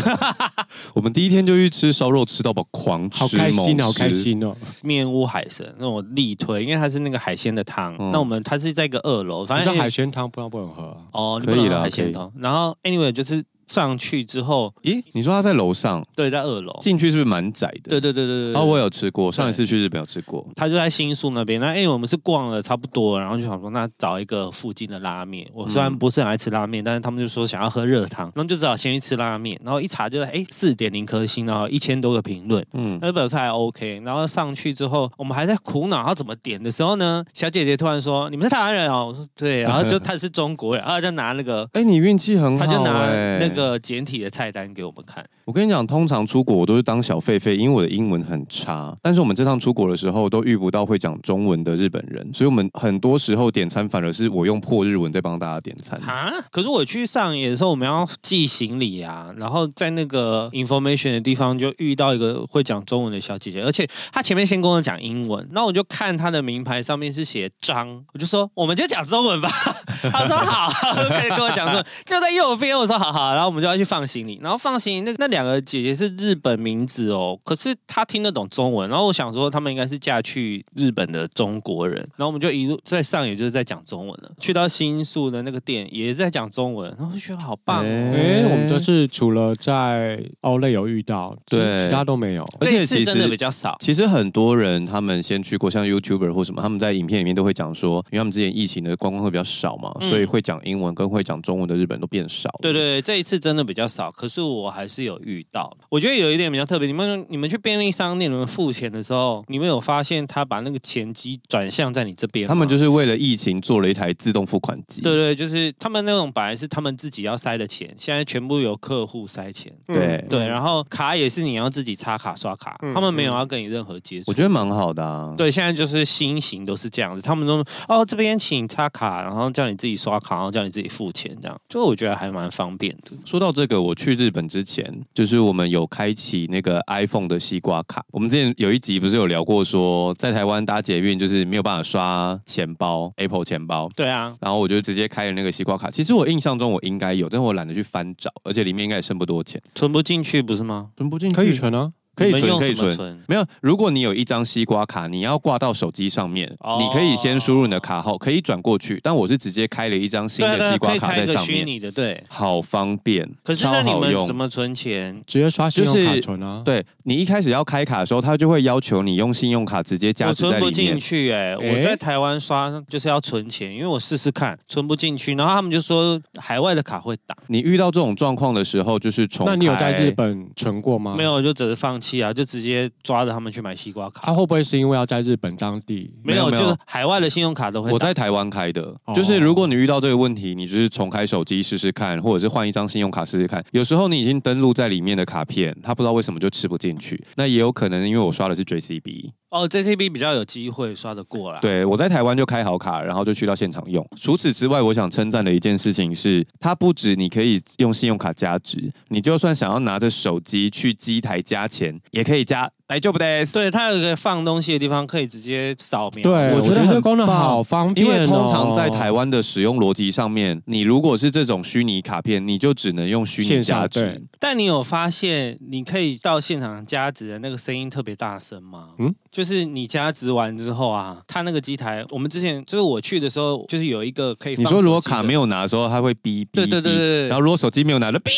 Speaker 2: 我们第一天就去吃烧肉，吃到饱，狂吃，
Speaker 3: 好开
Speaker 2: 猛
Speaker 3: 心
Speaker 2: 吃
Speaker 1: 啊
Speaker 3: 哦，好开！心哦！
Speaker 1: 面屋海参那我力推，因为它是那个海鲜的汤。
Speaker 2: 嗯
Speaker 1: 那我们它是在一个二楼，
Speaker 3: 你
Speaker 1: 反
Speaker 3: 说
Speaker 2: 哎
Speaker 1: 正
Speaker 3: 海鲜汤不知道不能喝啊，
Speaker 1: 哦，你
Speaker 2: 可以
Speaker 1: 不能
Speaker 2: 啦
Speaker 1: 喝海鲜汤。然后 anyway 就是上去之后，
Speaker 2: 咦，你说他在楼上
Speaker 1: 对，在二楼，
Speaker 2: 进去是不是蛮窄的？
Speaker 1: 对对对哦对对。
Speaker 2: 哦，
Speaker 1: 对
Speaker 2: 我有吃过，上一次去日本有吃过。
Speaker 1: 他就在新宿那边。那因为我们是逛了差不多，然后就想说，那找一个附近的拉面。我虽然
Speaker 2: 嗯
Speaker 1: 不是很爱吃拉面，但是他们就说想要喝热汤，那就只好先去吃拉面。然后一查就是，哎，四点零颗星，然后一千多个评论，
Speaker 2: 嗯，
Speaker 1: 那表示还 OK。然后上去之后，我们还在苦恼要怎么点的时候呢，小姐姐突然说：“你们是台湾人哦？”我说：“对。”然后 就她是中国人，然后就拿那个。
Speaker 2: 哎，你运气很好。
Speaker 1: 她就拿
Speaker 2: 哎
Speaker 1: 那，个简体的菜单给我们看，
Speaker 2: 我跟你讲，通常出国我都是当小狒狒，因为我的英文很差。但是我们这趟出国的时候都遇不到会讲中文的日本人，所以我们很多时候点餐反而是我用破日文在帮大家点餐。
Speaker 1: 啊！可是我去上野的时候，我们要寄行李啊，然后在那个 information 的地方就遇到一个会讲中文的小姐姐，而且她前面先跟我讲英文，那我就看她的名牌上面是写张，我就说我们就讲中文吧。 她说好，可以跟我 讲中文。就在右边，我说好好，然后我们就要去放行李，然后放行李那那两个姐姐是日本名字哦，可是她听得懂中文，然后我想说她们应该是嫁去日本的中国人，然后我们就一路在上野就是在讲中文了，去到新宿的那个店也是在讲中文，然后我就觉得好棒哦。
Speaker 3: 哎，我们这次除了在奥莱有遇到，其
Speaker 2: 对
Speaker 3: 其他都没有。
Speaker 2: 而
Speaker 1: 这
Speaker 2: 且
Speaker 1: 一次
Speaker 2: 其
Speaker 1: 真的
Speaker 2: 实
Speaker 1: 比较少，
Speaker 2: 其实很多人他们先去过，像 YouTuber 或什么，他们在影片里面都会讲说，因为他们之前疫情的观光会比较少嘛，
Speaker 1: 嗯
Speaker 2: 所以会讲英文跟会讲中文的日本都变少。
Speaker 1: 对对，对，这一次真的比较少，可是我还是有遇到。我觉得有一点比较特别，你们你们去便利商店，你们付钱的时候，你们有发现他把那个钱机转向在你这边吗？
Speaker 2: 他们就是为了疫情做了一台自动付款机。
Speaker 1: 对对，就是他们那种本来是他们自己要塞的钱，现在全部由客户塞钱。
Speaker 2: 对
Speaker 1: 对，然后卡也是你要自己插卡刷卡，
Speaker 3: 嗯
Speaker 1: 他们没有要跟你任何接触。
Speaker 2: 嗯我觉得蛮好的啊。
Speaker 1: 对，现在就是新型都是这样子，他们都哦这边请插卡，然后叫你自己刷卡，然后叫你自己付钱，这样就我觉得还蛮方便的。
Speaker 2: 说到这个，我去日本之前，就是我们有开启那个 iPhone 的西瓜卡。我们之前有一集不是有聊过说在台湾搭捷运就是没有办法刷钱包，Apple 钱包。
Speaker 1: 对啊，
Speaker 2: 然后我就直接开了那个西瓜卡。其实我印象中我应该有，但是我懒得去翻找，而且里面应该也剩不多钱，
Speaker 1: 存不进去不是吗？
Speaker 2: 存不进
Speaker 3: 可以存啊，
Speaker 2: 可以
Speaker 1: 你们
Speaker 2: 存
Speaker 1: 用
Speaker 2: 可以
Speaker 1: 什么
Speaker 2: 存。没有，如果你有一张西瓜卡，你要挂到手机上面，
Speaker 1: 哦
Speaker 2: 你可以先输入你的卡号，可以转过去。但我是直接开了一张新
Speaker 1: 对
Speaker 2: 的
Speaker 1: 对，
Speaker 2: 西
Speaker 1: 可
Speaker 2: 瓜
Speaker 1: 以
Speaker 2: 卡
Speaker 1: 开
Speaker 2: 在
Speaker 1: 一个
Speaker 2: 上
Speaker 1: 虚
Speaker 2: 面，
Speaker 1: 拟的，对。
Speaker 2: 好方便，
Speaker 1: 可是
Speaker 2: 超
Speaker 1: 那你
Speaker 2: 好
Speaker 1: 们
Speaker 2: 用
Speaker 1: 怎。么存钱？
Speaker 3: 直接刷信用
Speaker 2: 就是
Speaker 3: 卡存啊。
Speaker 2: 对你一开始要开卡的时候，他就会要求你用信用卡直接加
Speaker 1: 我
Speaker 2: 值
Speaker 1: 存
Speaker 2: 在
Speaker 1: 不
Speaker 2: 里
Speaker 1: 进
Speaker 2: 面。
Speaker 1: 去哎、
Speaker 3: 哎
Speaker 1: 我在台湾刷就是要存钱，因为我试试看存不进去，然后他们就说海外的卡会打，
Speaker 2: 你遇到这种状况的时候，就是重开。
Speaker 3: 那你有在日本存过吗？
Speaker 2: 嗯
Speaker 1: 没。有我就只是放弃啊，就直接抓着他们去买西瓜
Speaker 3: 他
Speaker 1: 卡，
Speaker 3: 会不会是因为要在日本当地？
Speaker 1: 没
Speaker 2: 哦没有
Speaker 1: 有
Speaker 2: 没有
Speaker 1: 就是海外的信用卡都会打。
Speaker 2: 我在台湾开的
Speaker 3: 哦，
Speaker 2: 就是如果你遇到这个问题，你就是重开手机试试看，或者是换一张信用卡试试看。有时候你已经登录在里面的卡片，它不知道为什么就吃不进去。那也有可能因为我刷的是 JCB，
Speaker 1: 哦 JCB 比较有机会刷得过啦。
Speaker 2: 对我在台湾就开好卡，然后就去到现场用。除此之外，我想称赞的一件事情是，它不止你可以用信用卡加值，你就算想要拿着手机去机台加钱，也可以加。来就不得，
Speaker 1: 对，它有一个放东西的地方可以直接扫描。
Speaker 3: 对，我
Speaker 2: 我觉
Speaker 3: 觉
Speaker 2: 得
Speaker 3: 得
Speaker 2: 很
Speaker 3: 这功能
Speaker 2: 棒
Speaker 3: 好方便、
Speaker 2: 因
Speaker 3: 哦。
Speaker 2: 为通常在台湾的使用逻辑上面，你如果是这种虚拟卡片，你就只能用虚拟
Speaker 3: 线
Speaker 2: 价
Speaker 3: 下
Speaker 2: 值
Speaker 3: 对。
Speaker 1: 但你有发现，你可以到现场加值的那个声音特别大声吗？
Speaker 3: 嗯
Speaker 1: 嗯，就是你加值完之后啊，它那个机台，我们之前就是我去的时候，就是有一个可以
Speaker 2: 你
Speaker 1: 放
Speaker 2: 说如果
Speaker 1: 手机的
Speaker 2: 卡没，有拿的时候，它会哔哔，
Speaker 1: 对对对
Speaker 2: 哔
Speaker 1: 对
Speaker 2: 然
Speaker 1: 对
Speaker 2: 后如啊果手机没有拿的，哔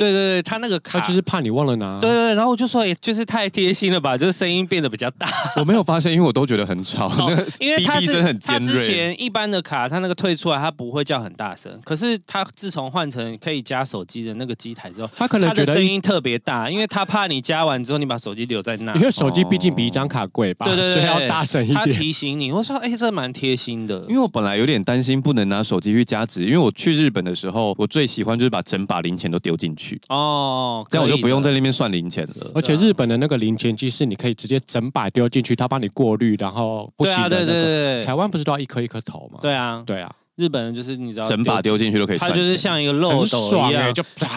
Speaker 1: 对对对，它那个卡
Speaker 3: 他就是怕你忘了拿。
Speaker 1: 对对对，然后我就说，哎，就是太贴心了吧，就是声音变得比较大，哦
Speaker 2: 我没有发现，因为我都觉得很吵， 那个
Speaker 1: 因为它
Speaker 2: 哔哔
Speaker 1: 是
Speaker 2: 声很
Speaker 1: 它
Speaker 2: 尖
Speaker 1: 之
Speaker 2: 锐。
Speaker 1: 前一般的卡，它那个退出来它不会叫很大声，可是它自从换成可以加手机的那个机台之后。
Speaker 3: 他可能
Speaker 1: 它
Speaker 3: 觉
Speaker 1: 的
Speaker 3: 得
Speaker 1: 声音特别大，因为它怕你加完之后你把手机留在那
Speaker 3: 因。为手机毕竟比一张卡贵吧，
Speaker 1: 哦对对对
Speaker 3: 所以要大声一
Speaker 1: 他
Speaker 3: 点。
Speaker 1: 提醒你，我说哎、这蛮贴心的
Speaker 2: 因。为我本来有点担心不能拿手机去加值，因为我去日本的时候，我最喜欢就是把整把零钱都丢进去，
Speaker 1: 哦，
Speaker 2: 这样我就不用
Speaker 1: 可
Speaker 2: 在
Speaker 1: 以的
Speaker 2: 那边算零钱了。
Speaker 3: 而且日本的那个零钱机是你可以直接整把丢进去，它帮你过滤，然后不
Speaker 1: 对
Speaker 3: 行
Speaker 1: 啊，
Speaker 3: 的那
Speaker 1: 对
Speaker 3: 个。
Speaker 1: 对对
Speaker 3: 台
Speaker 1: 对，
Speaker 3: 湾不是都要一颗一颗投吗？
Speaker 1: 对啊，
Speaker 3: 对啊，
Speaker 1: 日本人就是你知道，
Speaker 2: 整把丢进去就可以
Speaker 1: 他
Speaker 2: 算钱，欸
Speaker 1: 就是像一个漏
Speaker 3: 很
Speaker 1: 斗
Speaker 3: 爽
Speaker 1: 一
Speaker 3: 哎、
Speaker 1: 样，
Speaker 3: 就啪。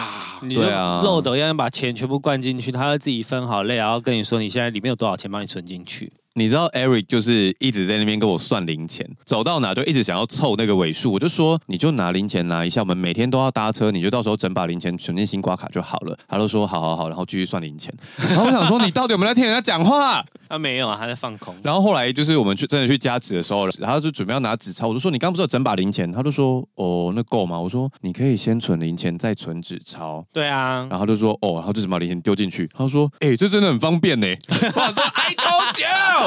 Speaker 1: 你就
Speaker 2: 对啊
Speaker 1: 漏斗一样把钱全部灌进去，他会自己分好类，然后跟你说你现在里面有多少钱，帮你存进去。
Speaker 2: 你知道 Eric 就是一直在那边跟我算零钱，走到哪就一直想要凑那个尾数，我就说你就拿零钱拿一下，我们每天都要搭车，你就到时候整把零钱存进新瓜卡就好了。他都说好好好，然后继续算零钱。然后我想说你到底有没有在听人家讲话？
Speaker 1: 啊，没有啊，他在放空。
Speaker 2: 然后后来就是我们去真的去加纸的时候，他就准备要拿纸钞，我就说你刚不是有整把零钱？他就说哦那够吗？我说你可以先存零钱再存纸钞。
Speaker 1: 对啊，
Speaker 2: 然后他就说哦，然后就只把零钱丢进去。他说哎、这真的很方便呢。我 说哎 I told you 啊。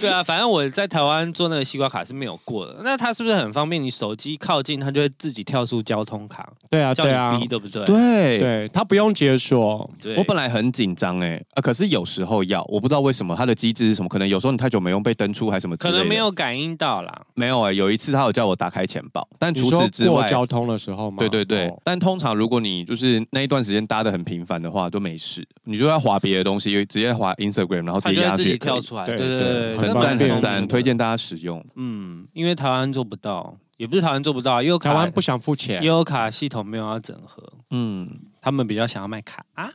Speaker 1: 对啊，反正我在台湾做那个西瓜卡是没有过的。那它是不是很方便？你手机靠近，它就会自己跳出交通卡，
Speaker 3: 对啊，
Speaker 1: 叫
Speaker 3: 对啊
Speaker 1: 你，逼，对不对？
Speaker 2: 对
Speaker 3: 对，它不用解锁。
Speaker 1: 对
Speaker 2: 我本来很紧张哎、啊，可是有时候要，我不知道为什么它的机制是什么，可能有时候你太久没用被登出还是什么之
Speaker 1: 可
Speaker 2: 类的，
Speaker 1: 能没有感应到啦。
Speaker 2: 没有哎、有一次他有叫我打开钱包，但
Speaker 3: 你
Speaker 2: 除
Speaker 3: 说
Speaker 2: 此之
Speaker 3: 过
Speaker 2: 外，
Speaker 3: 交通的时候吗？
Speaker 2: 对对对，
Speaker 3: 哦
Speaker 2: 但通常如果你就是那一段时间搭的很频繁的话，都没事，你就要滑别的东西，直接滑 Instagram，然后直
Speaker 1: 它
Speaker 2: 接
Speaker 1: 就
Speaker 2: 压
Speaker 1: 会
Speaker 2: 下
Speaker 1: 自
Speaker 2: 去
Speaker 1: 己
Speaker 2: 也可以。
Speaker 1: 跳出来，
Speaker 3: 对
Speaker 1: 对对对，
Speaker 3: 对
Speaker 2: 很
Speaker 1: 真的
Speaker 3: 很
Speaker 2: 赞
Speaker 3: 方便
Speaker 2: 很
Speaker 1: 聪明
Speaker 2: 赞，
Speaker 1: 的
Speaker 2: 推荐大家使用。
Speaker 1: 嗯，因为台湾做不到，也不是台湾做不到，优卡
Speaker 3: 台湾不想付钱。
Speaker 1: 优卡系统没有要整合，
Speaker 2: 嗯，
Speaker 1: 他们比较想要卖卡啊。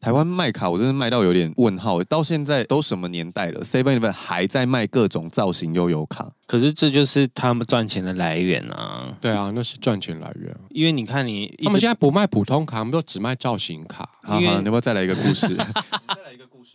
Speaker 2: 台湾卖卡我真的卖到有点问号，到现在都什么年代了，Seven Eleven 还在卖各种造型悠游卡。
Speaker 1: 可是这就是他们赚钱的来源啊，
Speaker 3: 对啊，那是赚钱来源。
Speaker 1: 因为你看你一
Speaker 3: 他
Speaker 1: 直
Speaker 3: 们现在不卖普通卡，他们都只卖造型卡。
Speaker 2: 好好，
Speaker 1: 因
Speaker 2: 你
Speaker 1: 为
Speaker 2: 要不要再来一个故 事？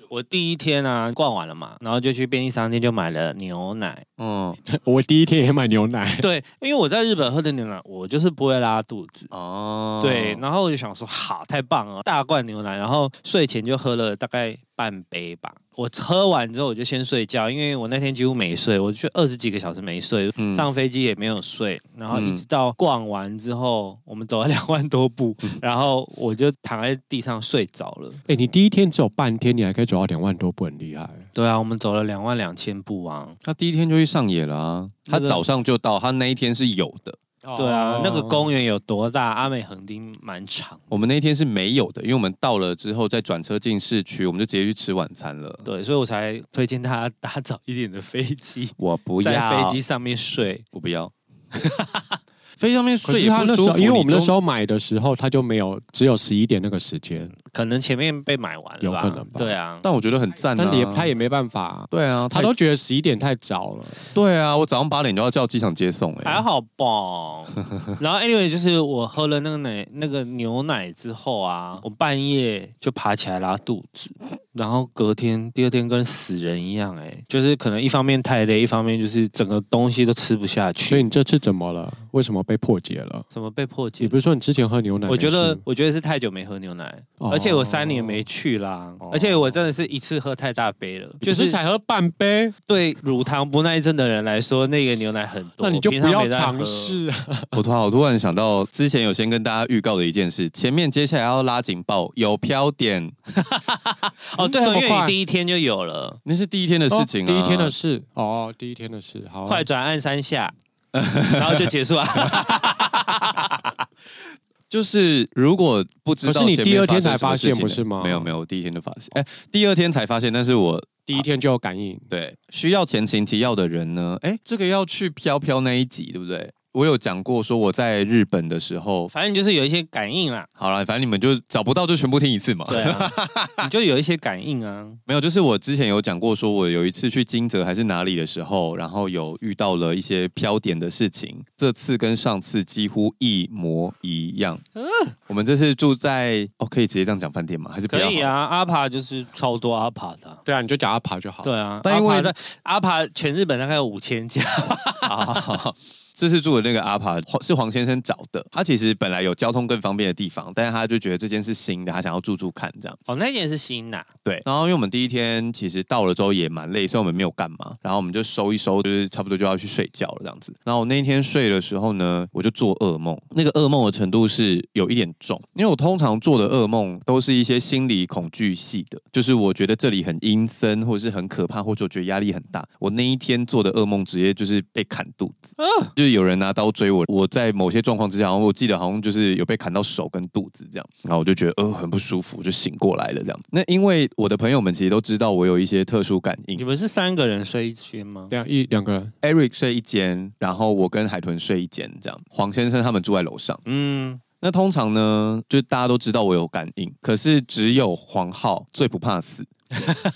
Speaker 1: 我第一天啊逛完了嘛，然后就去便利商店就买了牛奶。
Speaker 2: 嗯，
Speaker 3: 我第一天也买牛奶，
Speaker 1: 对，因为我在日本喝的牛奶，我就是不会拉肚子。
Speaker 2: 哦，
Speaker 1: 对，然后我就想说，好，太棒了，大罐牛奶，然后睡前就喝了大概半杯吧。我喝完之后我就先睡觉，因为我那天几乎没睡，我就二十几个小时没睡，
Speaker 2: 嗯
Speaker 1: 上飞机也没有睡，然后
Speaker 2: 嗯
Speaker 1: 一直到逛完之后，我们走了两万多步，
Speaker 2: 嗯
Speaker 1: 然后我就躺在地上睡着了。
Speaker 3: 哎、你第一天只有半天，你还可以走到两万多步，很厉害。
Speaker 1: 对啊，我们走了两万两千步啊。
Speaker 2: 他第一天就去上野了啊，他
Speaker 1: 那个
Speaker 2: 早上就到，他那一天是有的，
Speaker 1: 对啊，
Speaker 3: 哦
Speaker 1: 那个公园有多大？阿美横丁蛮长。
Speaker 2: 我们那一天是没有的，因为我们到了之后再转车进市区，我们就直接去吃晚餐了。
Speaker 1: 对，所以我才推荐大家搭早一点的飞机，
Speaker 2: 我不
Speaker 1: 在
Speaker 2: 要，
Speaker 1: 飞机上面睡。
Speaker 2: 我不要。 飞机上面
Speaker 3: 可
Speaker 2: 睡
Speaker 3: 是
Speaker 2: 也
Speaker 3: 他
Speaker 2: 不
Speaker 3: 那时
Speaker 2: 舒
Speaker 3: 候，
Speaker 2: 服，
Speaker 3: 因为我们那时
Speaker 2: 候
Speaker 3: 候买的时候，他就没有只有十一点那个时间，
Speaker 1: 可能前面被买完了，
Speaker 3: 有可能吧
Speaker 1: 对啊，
Speaker 2: 但我觉得很赞、啊。
Speaker 3: 但也他也没办法啊、
Speaker 2: 对啊，
Speaker 3: 他都觉得十一点太早了。
Speaker 2: 对啊，我早上八点就要叫机场接送哎、
Speaker 1: 还好 吧。然后 anyway 就是我喝了那个奶那个牛奶之后
Speaker 3: 嗯
Speaker 1: 啊，我半夜就爬起来拉肚子，然后隔天第二天跟死人一样哎、就是可能一方面太累，一方面就是整个东西都吃不下去。
Speaker 3: 所以你这次怎么了？为什么被破解了？
Speaker 1: 怎么被破解
Speaker 3: 你不？是说你之前喝牛奶没
Speaker 1: 我觉
Speaker 3: 事？
Speaker 1: 得我觉得是太久没喝牛奶，
Speaker 3: 哦
Speaker 1: 而且我三年没去啦，
Speaker 2: 哦
Speaker 1: 而且我真的是一次喝太大杯了，
Speaker 3: 就
Speaker 1: 就是是
Speaker 3: 才喝半杯，
Speaker 1: 对乳糖不耐症的人来说，那个牛奶很多，
Speaker 3: 那你就
Speaker 1: 我
Speaker 3: 不
Speaker 1: 平常
Speaker 3: 要
Speaker 1: 没在喝
Speaker 3: 尝。试啊。
Speaker 2: 我突然我突然想到，之前有先跟大家预告的一件事，前面接下来要拉警报，有飘点，哎
Speaker 1: 哦，对哦，
Speaker 3: 这么
Speaker 1: 因为
Speaker 3: 快
Speaker 1: 你第一天就有了，
Speaker 2: 那是第一天的事情、啊
Speaker 3: 第一天的事哦，第一天的事，好啊，
Speaker 1: 快转按三下，然后就结束了。啊
Speaker 2: 就是如果不知道
Speaker 3: 可是
Speaker 2: 前
Speaker 3: 你
Speaker 2: 面
Speaker 3: 第二天才
Speaker 2: 发
Speaker 3: 发
Speaker 2: 生
Speaker 3: 现
Speaker 2: 什么事情
Speaker 3: 不是吗
Speaker 2: 没有没有，我第一天就发现，哎、第二天才发现，但是我
Speaker 3: 第一天就有感应，
Speaker 2: 对，需要前情提要的人呢？哎，这个要去飘飘那一集，对不对？我有讲过，说我在日本的时候，
Speaker 1: 反正就是有一些感应啦，
Speaker 2: 好了，反正你们就找不到就全部听一次嘛。
Speaker 1: 对 啊，你就有一些感应啊。
Speaker 2: 没有，就是我之前有讲过，说我有一次去金泽还是哪里的时候，然后有遇到了一些飘点的事情，这次跟上次几乎一模一样。
Speaker 1: 啊
Speaker 2: 我们这次住在哦，可以直接这样讲饭店吗？还是不
Speaker 1: 可
Speaker 2: 要
Speaker 1: 以啊，阿帕就是超多阿帕的啊。
Speaker 3: 对啊，你就叫他爬就好。
Speaker 1: 对啊，
Speaker 2: 但因为
Speaker 1: 阿帕在阿帕全日本大概有五千家，
Speaker 2: 啊，这次住的那个阿帕是黄先生找的，他其实本来有交通更方便的地方，但是他就觉得这间是新的，他想要住住看这样。
Speaker 1: 哦，那间是新呐，
Speaker 2: 对，然后因为我们第一天其实到了之后也蛮累，所以我们没有干嘛，然后我们就收一收，就是差不多就要去睡觉了这样子。然后我那一天睡的时候呢，我就做噩梦，那个噩梦的程度是有一点重，因为我通常做的噩梦都是一些心理恐惧系的，就是我觉得这里很阴森，或者是很可怕，或者我觉得压力很大。我那一天做的噩梦直接就是被砍肚子，就是有人拿刀追我，我在某些状况之下，我记得好像就是有被砍到手跟肚子这样，然后我就觉得呃很不舒服，就醒过来了这样。那因为我的朋友们其实都知道我有一些特殊感
Speaker 1: 你
Speaker 2: 应
Speaker 1: 们是三个人睡一间吗？
Speaker 3: 两啊一两个人，
Speaker 2: ，Eric 睡一间，然后我跟海豚睡一间这样，黄先生他们住在楼上。
Speaker 1: 嗯，
Speaker 2: 那通常呢，就是大家都知道我有感应，可是只有黄浩最不怕死。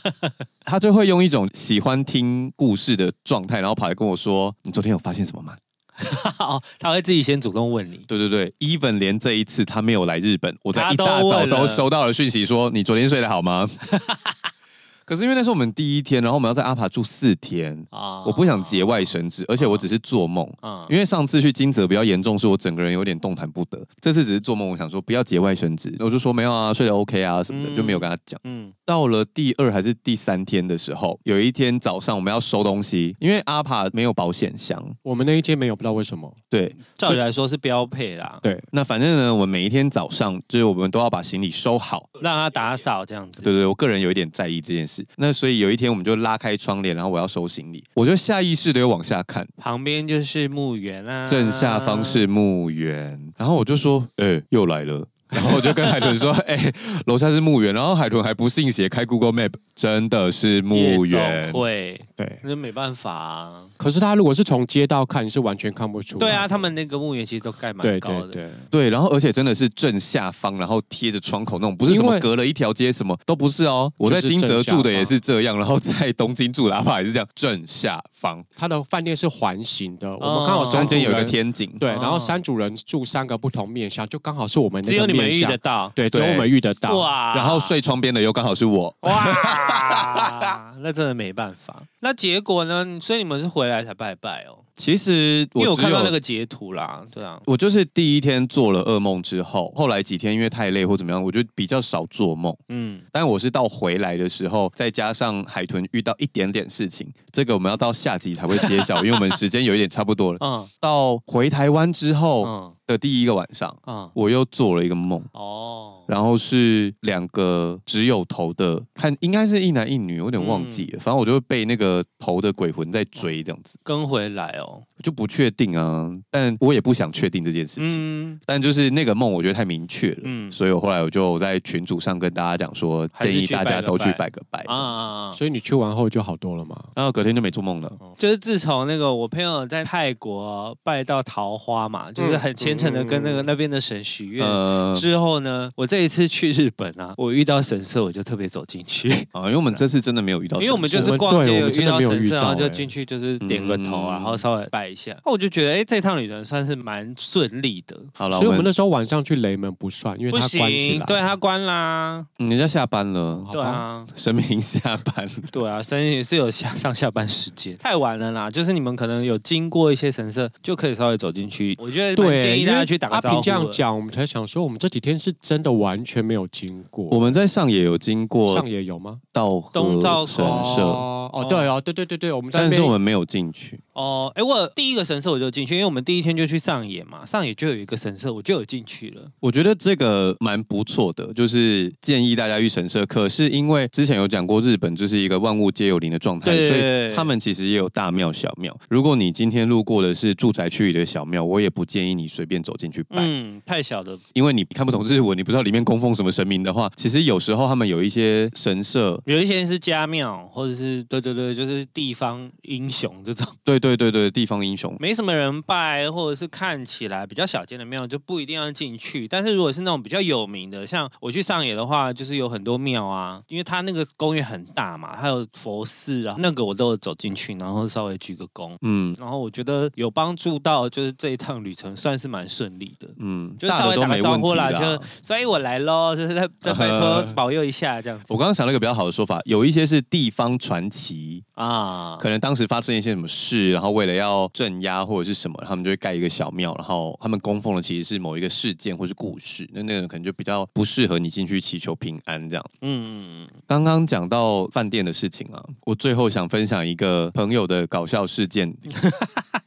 Speaker 2: 他就会用一种喜欢听故事的状态，然后跑来跟我说：“你昨天有发现什么吗？”
Speaker 1: 哦，他会自己先主动问你。
Speaker 2: 对对对，even 连这一次他没有来日本，我在
Speaker 1: 他
Speaker 2: 一
Speaker 1: 都
Speaker 2: 大早
Speaker 1: 问了
Speaker 2: 都收到了讯息说你昨天睡得好 吗？可是因为那是我们第一天，然后我们要在阿帕住四天，
Speaker 1: 啊
Speaker 2: 我不想节外生枝，而且我只是做梦。
Speaker 1: 啊
Speaker 2: 因为上次去金泽比较严重，是我整个人有点动弹不得。这次只是做梦，我想说不要节外生枝，我就说没有啊，睡得 OK 啊什么的，
Speaker 1: 嗯
Speaker 2: 就没有跟他讲。
Speaker 1: 嗯，
Speaker 2: 到了第二还是第三天的时候，有一天早上我们要收东西，因为阿帕没有保险箱，
Speaker 3: 我们那一间没有，不知道为什么。
Speaker 2: 对，
Speaker 1: 照理来说是标配啦，
Speaker 3: 对，
Speaker 2: 那反正呢，我们每一天早上就是我们都要把行李收好。
Speaker 1: 让他打扫这样子。
Speaker 2: 对对，我个人有一点在意这件事。那所以有一天我们就拉开窗帘，然后我要收行李，我就下意识的又往下看，
Speaker 1: 旁边就是墓园啊，
Speaker 2: 正下方是墓园，然后我就说，哎、又来了。 然后我就跟海豚说：“哎、楼下是墓园。”然后海豚还不信邪，开 Google Map，真的是墓
Speaker 1: 夜
Speaker 2: 园
Speaker 1: 总。会，
Speaker 3: 对。
Speaker 1: 那没办法啊。
Speaker 3: 可是他如果是从街道看，是完全看不出来。
Speaker 1: 对啊，他们那个墓园其实都盖蛮
Speaker 3: 对
Speaker 1: 高的
Speaker 3: 对，对，
Speaker 2: 对，然后而且真的是正下方，然后贴着窗口那种，不是什
Speaker 3: 因
Speaker 2: 么
Speaker 3: 为
Speaker 2: 隔了一条街什么都不是哦。我在
Speaker 3: 就是
Speaker 2: 金泽
Speaker 3: 正下
Speaker 2: 住的也
Speaker 3: 方
Speaker 2: 是这样，然后在东京住哪怕也是这样，正下方
Speaker 3: 他的饭店是环形的，我们刚好
Speaker 1: 哦
Speaker 2: 中
Speaker 3: 山主
Speaker 2: 间有一个
Speaker 3: 人，
Speaker 2: 天井。
Speaker 3: 对，
Speaker 1: 哦
Speaker 3: 然后山主人住三个不同面向，就刚好是我们那
Speaker 1: 只有
Speaker 3: 个
Speaker 1: 你们
Speaker 3: 面
Speaker 1: 遇
Speaker 3: 向
Speaker 1: 得，到。
Speaker 3: 对，只有
Speaker 2: 对
Speaker 3: 我们遇得到。
Speaker 1: 哇
Speaker 2: 然后睡窗边的又刚好是我，
Speaker 1: 哇， 那真的没办法。那结果呢？所以你们是回来才拜拜哦，
Speaker 2: 其实我
Speaker 1: 因为我
Speaker 2: 只
Speaker 1: 看到
Speaker 2: 有
Speaker 1: 那个截图啦，对啊，
Speaker 2: 我就是第一天做了噩梦之后，后来几天因为太累或怎么样，我就比较少做梦。
Speaker 1: 嗯，
Speaker 2: 但我是到回来的时候，再加上海豚遇到一点点事情，这个我们要到下集才会揭晓，因为我们时间有一点差不多了。
Speaker 1: 嗯
Speaker 2: 到回台湾之后
Speaker 1: 嗯
Speaker 2: 的第一个晚上，
Speaker 1: 嗯，
Speaker 2: 我又做了一个梦，
Speaker 1: 哦，
Speaker 2: 然后是两个只有头的，看应该是一男一女，我有点忘
Speaker 1: 嗯
Speaker 2: 记了。反正我就被那个头的鬼魂在追，这样子
Speaker 1: 跟回来哦，
Speaker 2: 我就不确定啊，但我也不想确定这件事情。
Speaker 1: 嗯
Speaker 2: 但就是那个梦，我觉得太明确了，
Speaker 1: 嗯
Speaker 2: 所以我后来我就在群组上跟大家讲说，
Speaker 1: 还是
Speaker 2: 建议
Speaker 1: 去
Speaker 2: 大
Speaker 1: 拜
Speaker 2: 家
Speaker 1: 个
Speaker 2: 都去
Speaker 1: 拜
Speaker 2: 拜个拜。
Speaker 1: 啊啊啊！
Speaker 3: 所以你去完后就好多了嘛？
Speaker 2: 然后隔天就没做梦了。
Speaker 1: 就是自从那个我朋友在泰国
Speaker 2: 嗯
Speaker 1: 拜到桃花嘛，就是很虔诚的跟那个那边的神许愿
Speaker 2: 呃，
Speaker 1: 之后呢，我这一次去日本啊，我遇到神社我就特别走进去，
Speaker 2: 啊，因为我们这次真的没有遇到神社，
Speaker 1: 因为我们就
Speaker 3: 我
Speaker 1: 是
Speaker 3: 们
Speaker 1: 逛街有
Speaker 3: 对我们
Speaker 1: 遇
Speaker 3: 真的
Speaker 1: 到
Speaker 3: 没有
Speaker 1: 神
Speaker 3: 遇
Speaker 1: 社，
Speaker 3: 到
Speaker 1: 然后就
Speaker 3: 欸
Speaker 1: 进去就是点个头啊，
Speaker 2: 嗯
Speaker 1: 然后稍微拜一下。那我就觉得，哎，这趟旅程算是蛮顺利的。
Speaker 2: 好了，
Speaker 3: 所以
Speaker 2: 我
Speaker 3: 我们
Speaker 2: 们
Speaker 3: 那时候晚上去雷门不算，因为
Speaker 1: 不
Speaker 3: 它关起
Speaker 1: 行，
Speaker 3: 来。
Speaker 1: 对他关啦，
Speaker 2: 嗯人家下班了，
Speaker 1: 对啊，
Speaker 2: 神明下班 了，
Speaker 1: 对啊，神也是有下上下班时间，太晚了啦。就是你们可能有经过一些神社，就可以稍微走进去。我觉得蛮
Speaker 3: 对，
Speaker 1: 建议大家去打
Speaker 3: 因
Speaker 1: 个
Speaker 3: 为阿
Speaker 1: 招
Speaker 3: 平
Speaker 1: 呼
Speaker 3: 这样
Speaker 1: 的。
Speaker 3: 讲，我们才想说，我们这几天是真的完全没有经过。
Speaker 2: 我们在上野有经过
Speaker 3: 上也有吗？
Speaker 2: 道和
Speaker 1: 东照
Speaker 2: 神
Speaker 1: 宫
Speaker 2: 社，
Speaker 3: 哦，哦对哦，对对对对，我们在那
Speaker 2: 但
Speaker 3: 边
Speaker 2: 是我们没有进去。
Speaker 1: 哦，哎，我第一个神社我就进去，因为我们第一天就去上野嘛，上野就有一个神社，我就有进去了。
Speaker 2: 我觉得这个蛮不错的，就是建议大家去神社。可是因为之前有讲过，日本就是一个万物皆有灵的状态，
Speaker 1: 对
Speaker 2: 所以他们其实也有大庙、小庙。如果你今天路过的是住宅区里的小庙，我也不建议你随便走进去拜，
Speaker 1: 嗯，太小的
Speaker 2: 因为你看不懂日文，你不知道里面供奉什么神明的话，其实有时候他们有一些神社，
Speaker 1: 有一些是家庙，或者是对对对，就是地方英雄这种，
Speaker 2: 对对对对，地方英雄。
Speaker 1: 没什么人拜，或者是看起来比较小间的庙，就不一定要进去。但是如果是那种比较有名的，像我去上野的话，就是有很多庙啊，因为它那个公园很大嘛，还有佛寺啊，那个我都有走进去，然后稍微鞠个躬，
Speaker 2: 嗯
Speaker 1: 然后我觉得有帮助到，就是这一趟旅程算是蛮顺利的。
Speaker 2: 嗯，
Speaker 1: 就
Speaker 2: 大
Speaker 1: 稍
Speaker 2: 的
Speaker 1: 微
Speaker 2: 都
Speaker 1: 打个
Speaker 2: 没
Speaker 1: 招
Speaker 2: 问
Speaker 1: 呼
Speaker 2: 题
Speaker 1: 啦，
Speaker 2: 啦。
Speaker 1: 就所以我来喽，就是再再拜托保佑一下这样子
Speaker 2: 呃我刚刚想了一个比较好的说法，有一些是地方传奇，
Speaker 1: 啊。
Speaker 2: 可能当时发生一些什么事，然后为了要镇压或者是什么，他们就会盖一个小庙，然后他们供奉的其实是某一个事件或是故事，那那个可能就比较不适合你进去祈求平安这样。
Speaker 1: 嗯，嗯嗯
Speaker 2: 刚刚讲到饭店的事情啊，我最后想分享一个朋友的搞笑事件，
Speaker 1: 嗯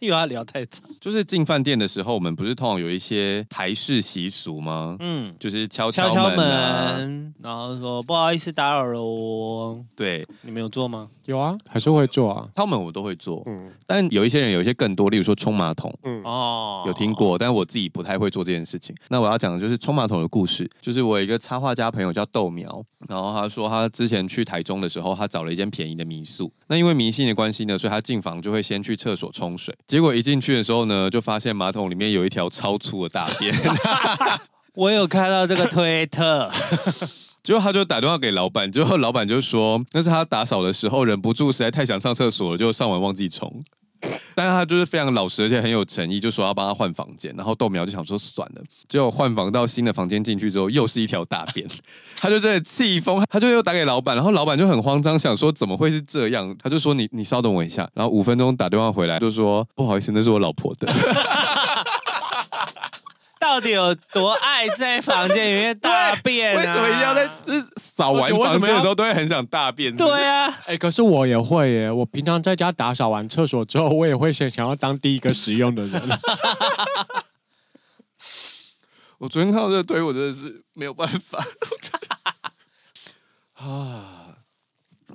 Speaker 1: 又要聊太长。
Speaker 2: 就是进饭店的时候，我们不是通常有一些台式习俗吗？
Speaker 1: 嗯，
Speaker 2: 就是敲
Speaker 1: 敲
Speaker 2: 敲
Speaker 1: 敲
Speaker 2: 门、啊，
Speaker 1: 门，然后说不好意思打扰了我，
Speaker 2: 对，
Speaker 1: 你们有做吗？
Speaker 3: 有啊，还是会做啊。
Speaker 2: 敲门我都会做，
Speaker 3: 嗯
Speaker 2: 但有一些人有一些更多，例如说冲马桶，
Speaker 3: 嗯，
Speaker 1: 哦，
Speaker 2: 有听，过，但我自己不太会做这件事情。那我要讲的就是冲马桶的故事，就是我有一个插画家朋友叫豆苗，然后他说他之前去台中的时候，他找了一间便宜的民宿。那因为迷信的关系呢，所以他进房就会先去厕所冲水。结果一进去的时候呢，就发现马桶里面有一条超粗的大便，
Speaker 1: 我有看到这个推 特，
Speaker 2: 结果他就打电话给老板，结果老板就说那是他打扫的时候忍不住，实在太想上厕所了，就上完忘记冲。 但是他就是非常老实，而且很有诚意，就说要帮他换房间。然后豆苗就想说算了，结果换房到新的房间进去之后，又是一条大便， 他就真的气疯，他就又打给老板，然后老板就很慌张，想说怎么会是这样？他就说你你稍等我一下，然后五分钟打电话回来，就说不好意思，那是我老婆的。
Speaker 1: 到底有多爱在房间里面大便、啊？
Speaker 2: 为什么一定要在就是扫完
Speaker 3: 我觉得为什
Speaker 2: 房
Speaker 3: 么
Speaker 2: 间的
Speaker 3: 要
Speaker 2: 时候都会很想大便？
Speaker 1: 对 啊，
Speaker 3: 哎、可是我也会耶。我平常在家打扫完厕所之后，我也会想想要当第一个使用 的人。
Speaker 2: 我昨天看到这个推，我真的是没有办 法。啊，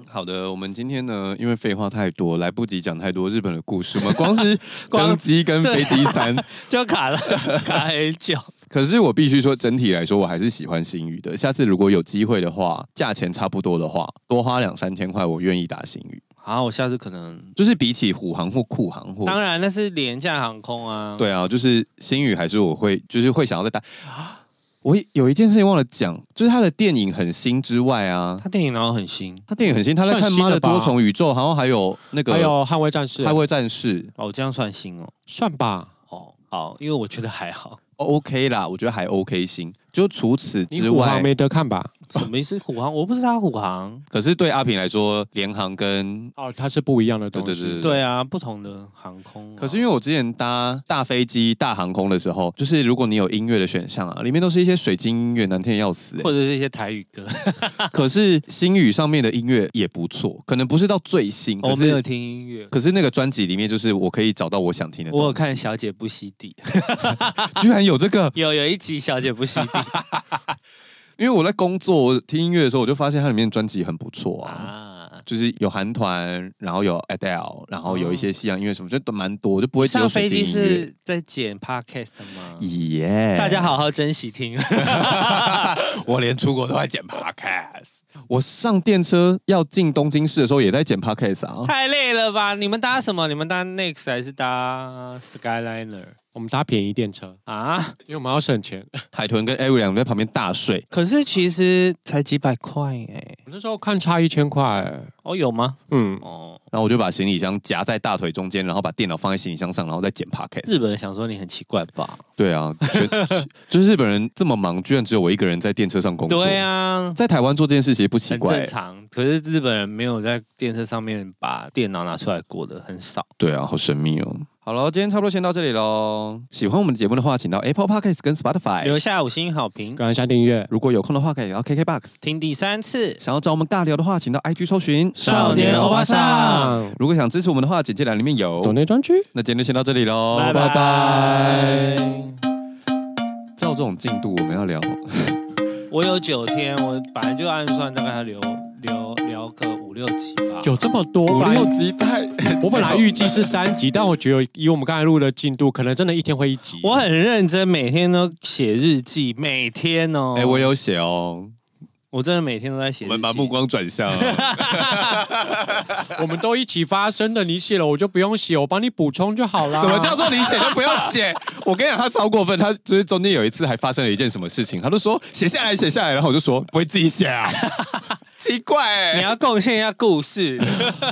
Speaker 2: 好的，我们今天呢，因为废话太多，来不及讲太多日本的故事，我们光 是
Speaker 1: 光
Speaker 2: 光机跟飞机餐。
Speaker 1: 就卡 了，卡很久。
Speaker 2: 可是我必须说，整体来说，我还是喜欢新宇的。下次如果有机会的话，价钱差不多的话，多花两三千块，我愿意打新宇。
Speaker 1: 好，我下次可能，
Speaker 2: 就是比起虎航或酷航或。
Speaker 1: 当然那是廉价航空啊。，
Speaker 2: 对啊，就是新宇还是我会，就是会想要再打。 我有一件事情忘了讲，就是他的电影很新之外啊，
Speaker 1: 他电影然后很新
Speaker 2: 他电影很新，他在看
Speaker 3: 算
Speaker 2: 《
Speaker 3: 新
Speaker 2: 妈的
Speaker 3: 了吧
Speaker 2: 多重宇宙》，然后还有那个
Speaker 3: 还有捍卫战士，
Speaker 2: 捍卫战士》
Speaker 1: 哦，这样算新哦。
Speaker 3: 算吧。
Speaker 1: 哦，好，因为我觉得还好。
Speaker 2: ，OK 啦，我觉得还 OK 新。就除此
Speaker 3: 你
Speaker 2: 之
Speaker 3: 虎航
Speaker 2: 外，
Speaker 3: 没得看吧？
Speaker 1: 什么意思？虎航？我不知道虎航。
Speaker 2: 可是对阿平来说，联航跟
Speaker 3: 哦，它是不一样的东西。
Speaker 2: 对对
Speaker 1: 对啊，不同的航空啊、
Speaker 2: 可是因为我之前搭大飞机、大航空的时候，就是如果你有音乐的选项啊，里面都是一些水晶音乐，难听的要死、欸
Speaker 1: 或者是一些台语 歌，
Speaker 2: 可是星宇上面的音乐也不错，可能不是到最新，可
Speaker 1: 我没有
Speaker 2: 是
Speaker 1: 听音乐。
Speaker 2: 可是那个专辑里面，就是我可以找到我想听的。
Speaker 1: 我有看《小姐不吸地》
Speaker 2: 居然有这个，
Speaker 1: 有，有一集《小姐不吸 地》
Speaker 2: 因为我在工作，我听音乐的时候，我就发现它里面专辑很不错啊。
Speaker 1: 啊。
Speaker 2: 就是有韩团，然后有 Adele，然后有一些西洋音乐什么，就都蛮多，就不会只有
Speaker 1: 哦上
Speaker 2: 水
Speaker 1: 飞
Speaker 2: 晶
Speaker 1: 机
Speaker 2: 音乐。
Speaker 1: 是在剪 podcast 吗？
Speaker 2: 耶
Speaker 1: 大家，好好珍惜听。
Speaker 2: 我连出国都在剪 podcast。我上电车要进东京市的时候，也在剪 podcast 啊。
Speaker 1: 太累了吧？你们搭什么？你们搭 Next 还是搭 Skyliner？
Speaker 3: 我们搭便宜电车，
Speaker 1: 啊！
Speaker 3: 因为我们要省钱。
Speaker 2: 海豚跟艾瑞两个在旁边大睡，
Speaker 1: 可是其实才几百块哎、
Speaker 3: 我那时候看差一千块、欸
Speaker 1: 哦有吗？
Speaker 3: 嗯，
Speaker 1: 哦，
Speaker 2: 然后我就把行李箱夹在大腿中间，然后把电脑放在行李箱上，然后再剪 podcast。
Speaker 1: 日本人想说你很奇怪吧？
Speaker 2: 对啊， 觉得就是日本人这么忙，居然只有我一个人在电车上工作。
Speaker 1: 对，啊，
Speaker 2: 在台湾做这件事其实不奇
Speaker 1: 很
Speaker 2: 怪、
Speaker 1: 正常。可是日本人没有在电视上面把电脑拿出来过的很少。
Speaker 2: 对啊，好神秘哦。好了，今天差不多先到这里喽。喜欢我们的节目的话，请到 Apple Podcast 跟 Spotify。
Speaker 1: 留下五星好评，
Speaker 3: 赶快下订阅。
Speaker 2: 如果有空的话，可以到 KKBox。
Speaker 1: 听第三次。
Speaker 2: 想要找我们尬聊的话，请到 IG 搜寻
Speaker 1: 少年欧巴
Speaker 2: 嗯
Speaker 1: 桑。
Speaker 2: 如果想支持我们的话，简介栏里面有。
Speaker 3: 抖内啊专区，
Speaker 2: 那今天就先到这里喽，
Speaker 1: 拜哦拜
Speaker 2: 拜照这种进度，我们要聊
Speaker 1: 我有九天，我本来就按算大概还留留聊个五六集吧。
Speaker 3: 有这么多
Speaker 2: 五
Speaker 3: 吧？
Speaker 2: 六集太。
Speaker 3: 我本来预计是三集，但我觉得以我们刚才录的进度，可能真的一天会一集。
Speaker 1: 我很认真，每天都写日记，每天哦。
Speaker 2: 哎、我，有写哦，
Speaker 1: 我真的每天都在写
Speaker 2: 我
Speaker 1: 日
Speaker 2: 们
Speaker 1: 记。
Speaker 2: 把目光转向。
Speaker 3: 我们都一起发生的，你写了我就不用写，我帮你补充就好 啦。
Speaker 2: 什么叫做你写就不要写？ 我跟你讲，他超过分，他就是中间有一次还发生了一件什么事情，他就说写下来，写下来，然后我就说不会自己写啊， 奇怪、欸，
Speaker 1: 你要啊贡献一下故事。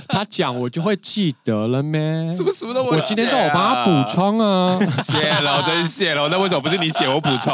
Speaker 3: 他讲我就会记得 了咩？
Speaker 2: 什么什么都我、
Speaker 3: 我今天都有帮他补，充啊。
Speaker 2: 谢了，真谢了，那为什么不是你写我补充？